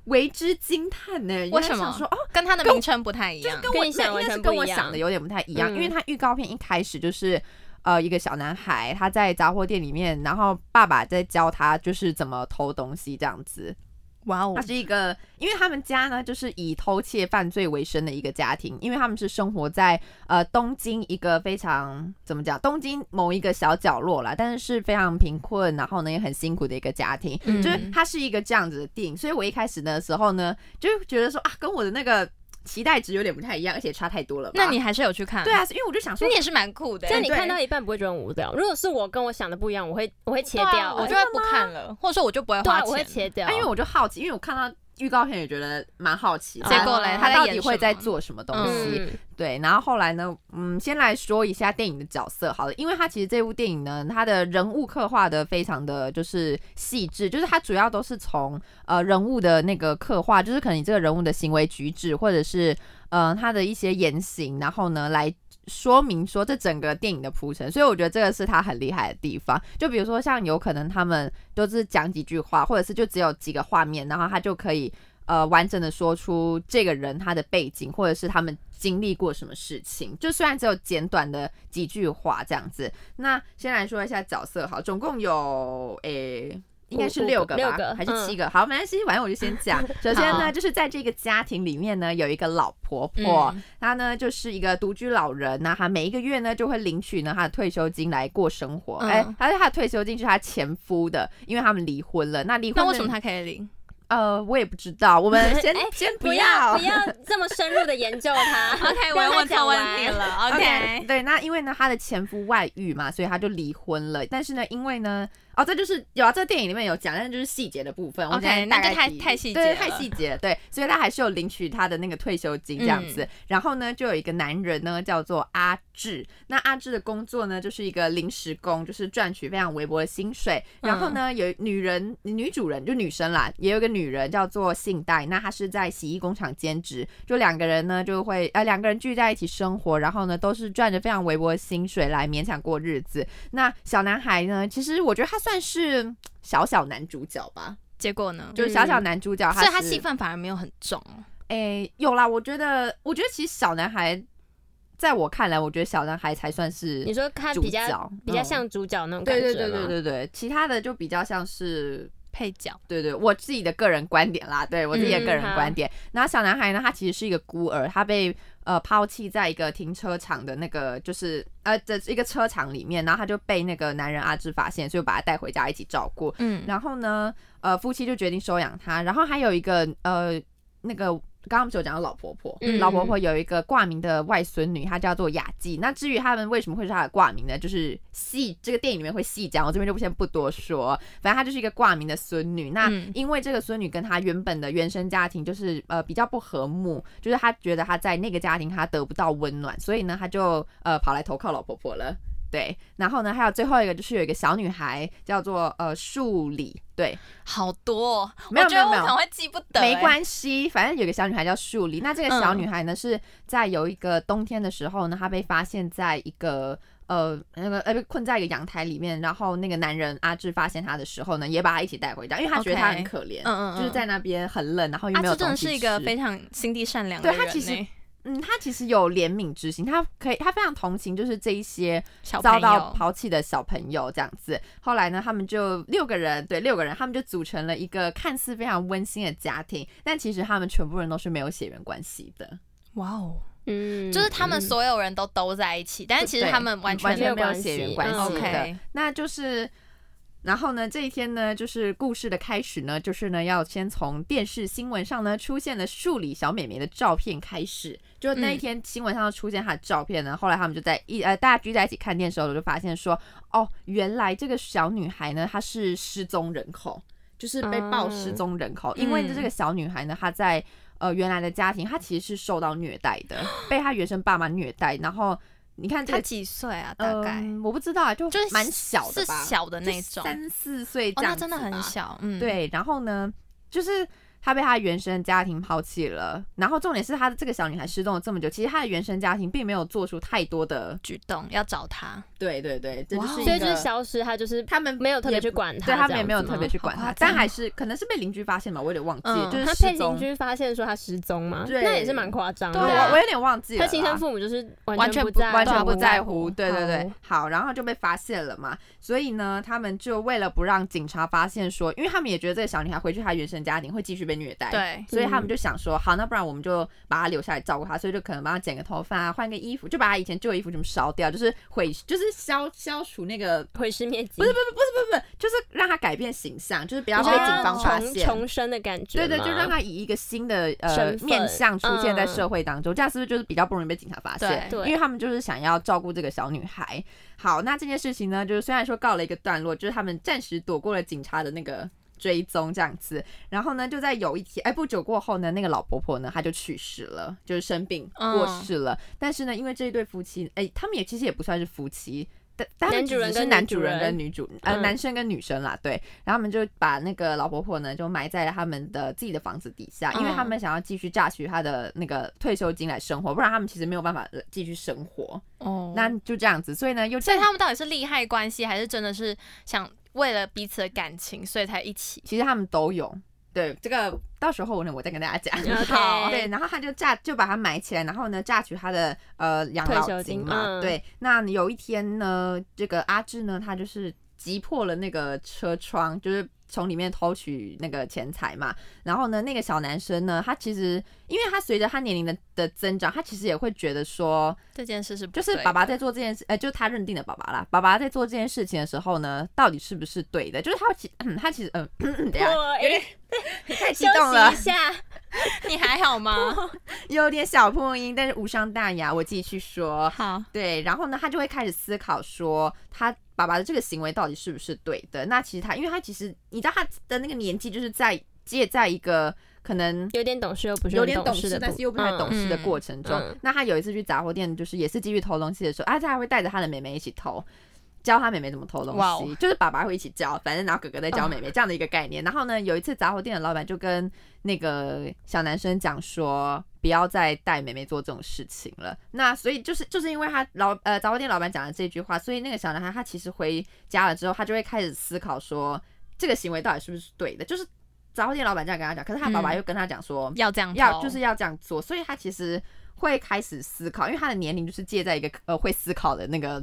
[SPEAKER 2] 为之惊叹呢。原来
[SPEAKER 1] 为什么
[SPEAKER 2] 想说哦，
[SPEAKER 1] 跟他的名称不太一样。
[SPEAKER 2] 跟我
[SPEAKER 3] 跟你
[SPEAKER 2] 对应该
[SPEAKER 3] 想
[SPEAKER 2] 是
[SPEAKER 3] 完全
[SPEAKER 2] 跟
[SPEAKER 3] 不
[SPEAKER 2] 我
[SPEAKER 3] 一样
[SPEAKER 2] 想的有点不太一样，
[SPEAKER 3] 嗯
[SPEAKER 2] 因为他预告片一开始就是。呃，一个小男孩他在杂货店里面，然后爸爸在教他就是怎么偷东西这样子。
[SPEAKER 1] 哇哦
[SPEAKER 2] 他是一个，因为他们家呢就是以偷窃犯罪为生的一个家庭，因为他们是生活在呃东京一个非常怎么讲，东京某一个小角落啦，但是是非常贫困，然后呢也很辛苦的一个家庭，
[SPEAKER 1] 嗯
[SPEAKER 2] 就是它是一个这样子的电影，所以我一开始的时候呢就觉得说啊，跟我的那个期待值有点不太一样，而且差太多了吧。
[SPEAKER 1] 那你还是有去看？
[SPEAKER 2] 对，啊，因为我就想说
[SPEAKER 1] 你。也是蛮酷的欸。
[SPEAKER 3] 这样你
[SPEAKER 2] 对
[SPEAKER 3] 看到一半不会觉得很无聊。如果是我跟我想的不一样，我会我会切
[SPEAKER 1] 对啊
[SPEAKER 3] 掉、
[SPEAKER 1] 我
[SPEAKER 3] 欸
[SPEAKER 1] 就会不看了，或者说我就不会
[SPEAKER 3] 对
[SPEAKER 1] 花
[SPEAKER 3] 啊，我会
[SPEAKER 1] 钱。
[SPEAKER 3] 切掉，
[SPEAKER 2] 啊，因为我就好奇，因为我看到预告片也觉得蛮好奇，
[SPEAKER 1] 结果嘞，
[SPEAKER 3] 啊
[SPEAKER 2] 他
[SPEAKER 1] 哦在
[SPEAKER 2] 到
[SPEAKER 1] 演
[SPEAKER 2] 底
[SPEAKER 1] 什
[SPEAKER 2] 会在
[SPEAKER 1] 么
[SPEAKER 2] 做什么东西？
[SPEAKER 3] 嗯，
[SPEAKER 2] 对，然后后来呢，嗯，先来说一下电影的角色好了，因为它其实这部电影呢，它的人物刻画的非常的就是细致，就是它主要都是从呃人物的那个刻画，就是可能你这个人物的行为举止，或者是呃他的一些言行，然后呢来。说明说这整个电影的铺陈，所以我觉得这个是他很厉害的地方。就比如说像有可能他们都是讲几句话，或者是就只有几个画面，然后他就可以呃完整的说出这个人他的背景，或者是他们经历过什么事情。就虽然只有简短的几句话这样子。那先来说一下角色好，总共有诶。应该是
[SPEAKER 3] 五五
[SPEAKER 2] 六个吧，
[SPEAKER 3] 六个
[SPEAKER 2] 还是
[SPEAKER 3] 嗯
[SPEAKER 2] 七个？好，没关系，反正我就先讲。
[SPEAKER 1] [laughs]
[SPEAKER 2] 首先
[SPEAKER 1] 好
[SPEAKER 2] 呢，就是在这个家庭里面呢，有一个老婆婆，
[SPEAKER 1] 嗯，
[SPEAKER 2] 她呢就是一个独居老人，那她每一个月呢就会领取呢她的退休金来过生活。
[SPEAKER 1] 嗯
[SPEAKER 2] 哎、她她的退休金是她前夫的，因为他们离婚了。那离婚
[SPEAKER 1] 那
[SPEAKER 2] 的
[SPEAKER 1] 为什么他可以
[SPEAKER 2] [laughs]
[SPEAKER 1] 领？
[SPEAKER 2] 呃，我也不知道，
[SPEAKER 1] [laughs]
[SPEAKER 2] 我们先、
[SPEAKER 3] 哎
[SPEAKER 2] 先
[SPEAKER 3] 不要不要这么深入的研究它。
[SPEAKER 1] [laughs]
[SPEAKER 2] [laughs]
[SPEAKER 1] OK，
[SPEAKER 3] 让他讲完。
[SPEAKER 1] [laughs] 了
[SPEAKER 2] 对，那因为呢，她的前夫外遇嘛，所以她就离婚了。但是呢，因为呢，哦，这就是有啊，这电影里面有讲，但是就是细节的部分，我们
[SPEAKER 1] OK，
[SPEAKER 2] 现在大
[SPEAKER 1] 那就
[SPEAKER 2] 概
[SPEAKER 1] 太
[SPEAKER 2] 提
[SPEAKER 1] 太细节
[SPEAKER 2] 对，
[SPEAKER 1] 了
[SPEAKER 2] 太细节了，对，所以她还是有领取她的那个退休金这样子。然后呢，就有一个男人呢，叫做阿志。那阿志的工作呢，就是一个临时工，就是赚取非常微薄的薪水。然后
[SPEAKER 1] 嗯
[SPEAKER 2] 呢，有女人，女主人就女生啦，也有一个女人叫做信代，那她是在洗衣工厂兼职。就两个人呢，就会呃两个人聚在一起生活，然后呢，都是赚着非常微薄的薪水来勉强过日子。那小男孩呢，其实我觉得他算是嗯小小男主角吧，
[SPEAKER 1] 结果呢？
[SPEAKER 2] 就是小小男主角他
[SPEAKER 1] 嗯所
[SPEAKER 2] 是，
[SPEAKER 1] 以他戏份反而没有很重。
[SPEAKER 2] 诶、有啦，我觉得，我觉得其实小男孩，在我看来，我觉得小男孩才算是
[SPEAKER 3] 你说它
[SPEAKER 2] 主
[SPEAKER 3] 比较
[SPEAKER 2] 角，
[SPEAKER 3] 比较
[SPEAKER 2] 嗯
[SPEAKER 3] 像主角那种感
[SPEAKER 2] 对
[SPEAKER 3] 觉
[SPEAKER 2] 对
[SPEAKER 3] 吗
[SPEAKER 2] 对对对对，其他的就比较像是。
[SPEAKER 1] 配角，
[SPEAKER 2] 对对，我自己的个人观点啦，对我自己的个人
[SPEAKER 3] 嗯好
[SPEAKER 2] 观点。然后小男孩呢，他其实是一个孤儿，他被呃抛弃在一个停车场的那个就是呃的一个车场里面，然后他就被那个男人阿志发现，所以把他带回家一起照顾。
[SPEAKER 1] 嗯，
[SPEAKER 2] 然后呢，呃，夫妻就决定收养他。然后还有一个呃，那个刚刚不是有讲到老婆婆，
[SPEAKER 3] 嗯
[SPEAKER 2] 老婆婆有一个挂名的外孙女，她叫做雅纪。那至于他们为什么会是她的挂名呢？就是细这个电影里面会细讲，我这边就先不多说。反正她就是一个挂名的孙女。那
[SPEAKER 1] 嗯
[SPEAKER 2] 因为这个孙女跟她原本的原生家庭就是呃比较不和睦，就是她觉得她在那个家庭她得不到温暖，所以呢，她就呃跑来投靠老婆婆了。对，然后呢，还有最后一个就是有一个小女孩叫做呃树里，对，
[SPEAKER 1] 好多、哦，
[SPEAKER 2] 没有
[SPEAKER 1] 我觉得我
[SPEAKER 2] 没有没有
[SPEAKER 1] 可能会记不得、欸
[SPEAKER 2] 没关系，反正有个小女孩叫树梨。那这个小女孩呢，是在有一个冬天的时候呢，她被发现在一个呃那个呃被困在一个阳台里面，然后那个男人阿志发现她的时候呢，也把她一起带回家，因为他觉得她很
[SPEAKER 1] OK
[SPEAKER 2] 可怜
[SPEAKER 1] 欸。嗯嗯嗯，
[SPEAKER 2] 就是在那边很冷，然后又
[SPEAKER 1] 啊，
[SPEAKER 2] 没有
[SPEAKER 1] 这真
[SPEAKER 2] 东
[SPEAKER 1] 的
[SPEAKER 2] 西吃。
[SPEAKER 1] 是一个非常心地善良的
[SPEAKER 2] 对
[SPEAKER 1] 人、欸
[SPEAKER 2] 他
[SPEAKER 1] 呢。
[SPEAKER 2] 其实嗯，他其实有怜悯之心，他可以，他非常同情，就是这一些
[SPEAKER 1] 小朋
[SPEAKER 2] 遭
[SPEAKER 1] 友
[SPEAKER 2] 到抛弃的小朋友这样子。后来呢，他们就六个人，对，六个人，他们就组成了一个看似非常温馨的家庭，但其实他们全部人都是没有血缘关系的，
[SPEAKER 1] 哇哦，
[SPEAKER 3] 嗯，
[SPEAKER 1] 就是他们所有人都都在一起，但是其实
[SPEAKER 2] 对
[SPEAKER 1] 他们完全
[SPEAKER 2] 完
[SPEAKER 1] 没
[SPEAKER 2] 全
[SPEAKER 1] 有
[SPEAKER 2] 没有血缘关
[SPEAKER 3] 没有
[SPEAKER 2] 系
[SPEAKER 3] 关系
[SPEAKER 2] 的。
[SPEAKER 1] OK，
[SPEAKER 2] 那就是。然后呢，这一天呢，就是故事的开始呢，就是呢，要先从电视新闻上呢出现了树里小美眉的照片开始。就那一天新闻上出现她的照片呢，后来他们就在一呃大家聚在一起看电视的时候，就发现说，哦，原来这个小女孩呢，她是失踪人口，就是被报失踪人口，因为
[SPEAKER 1] 嗯
[SPEAKER 2] 这个小女孩呢，她在呃原来的家庭，她其实是受到虐待的，被她原生爸妈虐待，然后。你看这
[SPEAKER 1] 他
[SPEAKER 2] 个
[SPEAKER 1] 几岁啊？大概、
[SPEAKER 2] 嗯我不知道啊，就
[SPEAKER 1] 就是
[SPEAKER 2] 蛮小的
[SPEAKER 1] 是
[SPEAKER 2] 吧，
[SPEAKER 1] 小的
[SPEAKER 2] 就
[SPEAKER 1] 那种，
[SPEAKER 2] 三四岁
[SPEAKER 1] 哦，
[SPEAKER 2] 这样、
[SPEAKER 1] 那真的很。小，嗯，，
[SPEAKER 2] 对，然后呢，就是她被她的原生家庭抛弃了，然后重点是她的这个小女孩失踪了这么久，其实她的原生家庭并没有做出太多的，
[SPEAKER 1] 举动要找他，
[SPEAKER 2] 对对对，这就是
[SPEAKER 1] 哇哦
[SPEAKER 2] 一
[SPEAKER 3] 所
[SPEAKER 2] 个
[SPEAKER 3] 以就是消失，他就是
[SPEAKER 2] 他们
[SPEAKER 3] 没有特别去管
[SPEAKER 2] 对他
[SPEAKER 3] 这
[SPEAKER 2] 们也
[SPEAKER 3] 样
[SPEAKER 2] 没有
[SPEAKER 3] 子
[SPEAKER 2] 特别
[SPEAKER 3] 吗
[SPEAKER 2] 去管
[SPEAKER 1] 好
[SPEAKER 2] 她，
[SPEAKER 1] 夸张
[SPEAKER 2] 但还是可能是被邻居发现吧，我有点忘记，
[SPEAKER 1] 嗯
[SPEAKER 2] 就是
[SPEAKER 3] 他被
[SPEAKER 2] 失
[SPEAKER 3] 邻
[SPEAKER 2] 踪。嗯
[SPEAKER 3] 居发现说他失踪吗？
[SPEAKER 2] 对
[SPEAKER 3] 那也是蛮夸张的
[SPEAKER 2] 对，
[SPEAKER 1] 对啊
[SPEAKER 2] 我我有点忘记了
[SPEAKER 3] 他
[SPEAKER 2] 啦。
[SPEAKER 3] 亲生父母就是
[SPEAKER 1] 完全
[SPEAKER 3] 全
[SPEAKER 1] 不
[SPEAKER 3] 在
[SPEAKER 2] 完
[SPEAKER 3] 完
[SPEAKER 2] 全不在乎，
[SPEAKER 1] 乎
[SPEAKER 2] 对对对
[SPEAKER 3] 好，
[SPEAKER 2] 好，然后就被发现了嘛，所以呢，他们就为了不让警察发现说，因为他们也觉得这个小女孩回去她原生家庭会继续被虐待，，
[SPEAKER 1] 对，
[SPEAKER 2] 所以他们就想说，好，那不然我们就把她留下来照顾她，所以就可能帮她剪个头发啊，换个衣服，就把她以前旧的衣服全部烧掉，就是毁，就是消消除那个，
[SPEAKER 3] [laughs] 毁尸灭迹，不是不是
[SPEAKER 2] 不不不，就是让她改变形象，就是不要
[SPEAKER 1] 然
[SPEAKER 2] 被
[SPEAKER 1] 后
[SPEAKER 2] 警方发现，
[SPEAKER 3] 重生的感觉
[SPEAKER 2] 对
[SPEAKER 3] 吗，
[SPEAKER 2] 对，就让她以一个新的呃
[SPEAKER 3] 身份
[SPEAKER 2] 面相出现在
[SPEAKER 3] 嗯
[SPEAKER 2] 社会当中，这样是不是就是比较不容易被警察发现？
[SPEAKER 3] 对对
[SPEAKER 2] 因为他们就是想要照顾这个小女孩。好，那这件事情呢，就是虽然说告了一个段落，就是他们暂时躲过了警察的那个追踪这样子。然后呢，就在有一天，哎，不久过后呢，那个老婆婆呢，她就去世了，就是生病
[SPEAKER 1] 嗯
[SPEAKER 2] 过世了。但是呢，因为这一对夫妻，哎，他们也其实也不算是夫妻。但但他们
[SPEAKER 3] 男主人
[SPEAKER 2] 只是
[SPEAKER 3] 跟
[SPEAKER 2] 男
[SPEAKER 3] 女
[SPEAKER 2] 主
[SPEAKER 3] 主
[SPEAKER 2] 人
[SPEAKER 3] 人
[SPEAKER 2] 跟女主，呃，
[SPEAKER 3] 嗯
[SPEAKER 2] 男生跟女生啦，对，然后他们就把那个老婆婆呢，就埋在了他们的自己的房子底下，因为
[SPEAKER 1] 嗯
[SPEAKER 2] 他们想要继续榨取她的那个退休金来生活，不然他们其实没有办法呃继续生活。
[SPEAKER 1] 哦，
[SPEAKER 2] 那就这样子，所以呢，又
[SPEAKER 1] 所以他们到底是利害关系，还是真的是想为了彼此的感情，所以才一起？
[SPEAKER 2] 其实他们都有。对，这个到时候呢，我再跟大家讲。
[SPEAKER 3] [laughs] OK
[SPEAKER 1] 好
[SPEAKER 2] [laughs] 对，然后他就榨就把它埋起来，然后呢榨取他的呃养
[SPEAKER 3] 退休
[SPEAKER 2] 老
[SPEAKER 3] 金
[SPEAKER 2] 嘛。
[SPEAKER 3] 嗯
[SPEAKER 2] 对，那有一天呢，这个阿志呢，他就是击破了那个车窗，就是从里面偷取那个钱财嘛。然后呢，那个小男生呢，他其实因为他随着他年龄的的增长，他其实也会觉得说，
[SPEAKER 1] 这件事是不
[SPEAKER 2] 就是
[SPEAKER 1] 对
[SPEAKER 2] 爸爸
[SPEAKER 1] 的
[SPEAKER 2] 在做这件事，呃，就是他认定的爸爸啦。爸爸在做这件事情的时候呢，到底是不是对的？就是他其、他其实嗯， [clears throat] 等一下
[SPEAKER 3] 我有点
[SPEAKER 2] [laughs] 太激
[SPEAKER 3] 休
[SPEAKER 2] 动了
[SPEAKER 3] 息一，下，
[SPEAKER 1] [laughs] 你还好吗？
[SPEAKER 2] [laughs] 有点小破音，但是无伤大雅。我继续说，
[SPEAKER 1] 好，
[SPEAKER 2] 对，然后呢，他就会开始思考说，他爸爸的这个行为到底是不是对的？那其实他，因为他其实你知道他的那个年纪，就是在介在一个可能。
[SPEAKER 3] 有点懂事又不是
[SPEAKER 2] 有
[SPEAKER 3] 很
[SPEAKER 2] 点懂
[SPEAKER 3] 懂
[SPEAKER 2] 事，
[SPEAKER 3] 的部，
[SPEAKER 2] 但是又不太懂
[SPEAKER 3] 嗯
[SPEAKER 2] 事的
[SPEAKER 1] 嗯
[SPEAKER 2] 过程中，
[SPEAKER 3] 嗯
[SPEAKER 2] 那他有一次去杂货店，就是也是继续偷东西的时候，啊，他还会带着他的妹妹一起偷，教他妹妹怎么偷东西，
[SPEAKER 1] 哇哦
[SPEAKER 2] [laughs]
[SPEAKER 1] 嗯
[SPEAKER 2] 就是爸爸会一起教，反正然后哥哥在教妹妹、这样的一个概念。然后呢，有一次杂货店的老板就跟那个小男生讲说，不要再带妹妹做这种事情了。那所以就是就是因为他老呃杂货店老板讲了这句话，所以那个小男孩他其实回家了之后，他就会开始思考说，这个行为到底是不是对的，就是。杂货店老板这样跟他讲，可是他爸爸
[SPEAKER 1] 嗯
[SPEAKER 2] 又跟他讲说，
[SPEAKER 1] 要这样
[SPEAKER 2] 要
[SPEAKER 1] 投
[SPEAKER 2] 就是要这样做，所以他其实会开始思考，因为他的年龄就是介在一个呃会思考的那个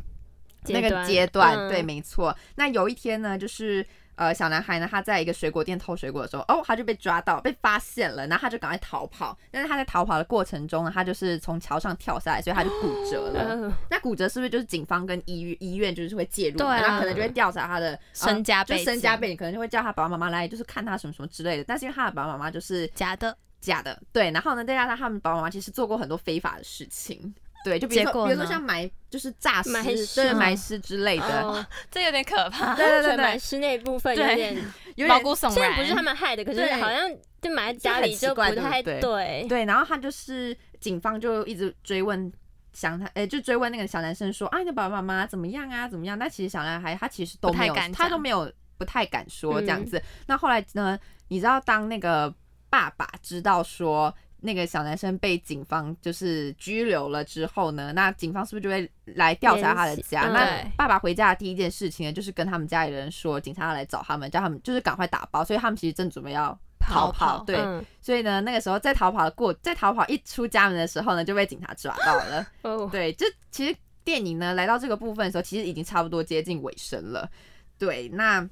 [SPEAKER 2] 那个阶段，对，，
[SPEAKER 1] 嗯
[SPEAKER 2] 没错。那有一天呢，就是。呃，小男孩呢，他在一个水果店偷水果的时候，哦，他就被抓到，被发现了，然后他就赶快逃跑。但是他在逃跑的过程中呢，他就是从桥上跳下来，所以他就骨折
[SPEAKER 1] 哦
[SPEAKER 3] 嗯
[SPEAKER 2] 了。
[SPEAKER 3] 呃
[SPEAKER 2] 那骨折是不是就是警方跟医院医院就是会介入嘛，
[SPEAKER 1] 对啊
[SPEAKER 2] 那可能就会调查他的
[SPEAKER 1] 身家
[SPEAKER 2] 呃就
[SPEAKER 1] 背
[SPEAKER 2] 身家
[SPEAKER 1] 景
[SPEAKER 2] 背景，可能就会叫他爸爸妈妈来，就是看他什么什么之类的。但是因为他的爸爸妈妈就是
[SPEAKER 1] 假的，
[SPEAKER 2] 假的，对。然后呢，再加上他们爸爸妈妈其实做过很多非法的事情，对，就比如
[SPEAKER 1] 结果
[SPEAKER 2] 说，比如说
[SPEAKER 1] 呢
[SPEAKER 2] 像埋就是诈尸，
[SPEAKER 3] 埋尸
[SPEAKER 2] 对，
[SPEAKER 1] 嗯
[SPEAKER 2] 埋尸之类的，
[SPEAKER 3] 哦，
[SPEAKER 1] 这有点可 [laughs] 怕，
[SPEAKER 2] 对对对
[SPEAKER 3] 全
[SPEAKER 2] 对
[SPEAKER 3] 埋，尸那一部分有
[SPEAKER 1] 对
[SPEAKER 3] 点，
[SPEAKER 2] 有
[SPEAKER 1] 毛
[SPEAKER 2] 点
[SPEAKER 1] 骨悚然。
[SPEAKER 3] 虽然不是他们害的，可是
[SPEAKER 2] 对
[SPEAKER 3] 好像就埋在家里
[SPEAKER 2] 就
[SPEAKER 3] 就
[SPEAKER 2] 很奇
[SPEAKER 3] 不
[SPEAKER 2] 怪
[SPEAKER 3] 太
[SPEAKER 2] 对不
[SPEAKER 3] 对。嗯
[SPEAKER 2] 对，然后他就是警方就一直追问小男，呃，就追问那个小男生说啊，你的爸爸妈妈怎么样啊，怎么样？但其实小男孩他其实都
[SPEAKER 1] 不太
[SPEAKER 2] 没有
[SPEAKER 1] 敢，
[SPEAKER 2] 他都
[SPEAKER 1] 讲嗯
[SPEAKER 2] 没有不太敢说这样子。那后来呢，你知道当那个爸爸知道说。那个小男生被警方就是拘留了之后呢，那警方是不是就会来调查他的
[SPEAKER 3] 联系
[SPEAKER 2] 家？
[SPEAKER 3] 嗯
[SPEAKER 2] 那
[SPEAKER 1] 对
[SPEAKER 2] 爸爸回家的第一件事情呢，就是跟他们家里人说，警察要来找他们，叫他们就是赶快打包，所以他们其实正准备要逃跑，对，
[SPEAKER 3] 嗯
[SPEAKER 2] 所以呢，那个时候在逃跑的过，在逃跑一出家门的时候呢，就被警察抓到了。
[SPEAKER 3] 哦，
[SPEAKER 2] 对，这其实电影呢来到这个部分的时候，其实已经差不多接近尾声了。对，那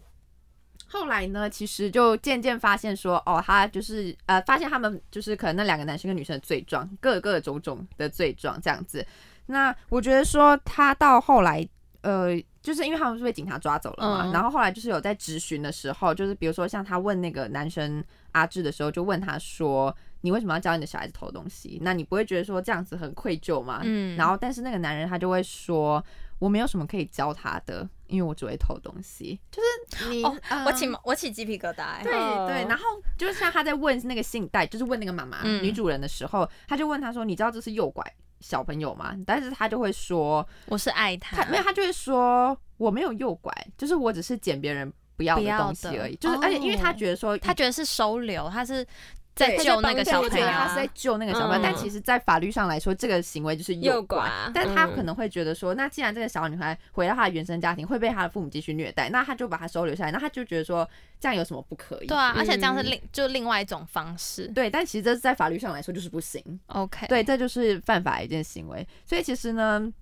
[SPEAKER 2] 后来呢，其实就渐渐发现说，哦，他就是呃，发现他们就是可能那两个男生跟女生的罪状，各个种种的罪状这样子。那我觉得说他到后来，呃。就是因为他们是被警察抓走了嘛，
[SPEAKER 1] 嗯
[SPEAKER 2] 然后后来就是有在质询的时候，就是比如说像他问那个男生阿志的时候，就问他说：“你为什么要教你的小孩子偷东西？那你不会觉得说这样子很愧疚吗？”
[SPEAKER 1] 嗯，
[SPEAKER 2] 然后但是那个男人他就会说，我没有什么可以教他的，因为我只会偷东西。就是你，
[SPEAKER 1] 哦
[SPEAKER 2] 嗯
[SPEAKER 1] 我起我起鸡皮疙瘩欸，
[SPEAKER 2] 对对，
[SPEAKER 3] 哦
[SPEAKER 2] 然后就是像他在问那个信贷，就是问那个妈妈、
[SPEAKER 1] 嗯
[SPEAKER 2] 女主人的时候，他就问他说，你知道这是诱拐小朋友吗？但是他就会说，
[SPEAKER 1] 我是爱他，
[SPEAKER 2] 他没有，他就会说我没有诱拐，就是我只是捡别人。不要
[SPEAKER 1] 不
[SPEAKER 2] 的
[SPEAKER 1] 要
[SPEAKER 2] 东西
[SPEAKER 1] 的
[SPEAKER 2] 而已，就是、而且因为他
[SPEAKER 1] 哦
[SPEAKER 2] 觉得说，
[SPEAKER 1] 他觉得是收留，他是在
[SPEAKER 2] 对
[SPEAKER 1] 救那个
[SPEAKER 3] 他在
[SPEAKER 1] 小
[SPEAKER 3] 帮
[SPEAKER 2] 我
[SPEAKER 1] 朋
[SPEAKER 2] 觉
[SPEAKER 1] 友
[SPEAKER 2] 得
[SPEAKER 3] 对
[SPEAKER 2] 他是
[SPEAKER 1] 啊，
[SPEAKER 2] 在救那个小朋友，
[SPEAKER 3] 嗯
[SPEAKER 2] 但其实，在法律上来说，这个行为就是
[SPEAKER 3] 诱
[SPEAKER 2] 拐
[SPEAKER 3] 拐。
[SPEAKER 2] 但他
[SPEAKER 3] 嗯
[SPEAKER 2] 可能会觉得说，那既然这个小女孩回到她的原生家庭，会被她的父母继续虐待，那他就把她收留下来，那他就觉得说，这样有什么不可以？
[SPEAKER 1] 对啊，
[SPEAKER 3] 嗯
[SPEAKER 1] 而且这样是另就另外一种方式。
[SPEAKER 2] 对但其实这是在法律上来说就是不行，
[SPEAKER 1] OK，
[SPEAKER 2] 对，这就是犯法的一件行为。所以其实呢，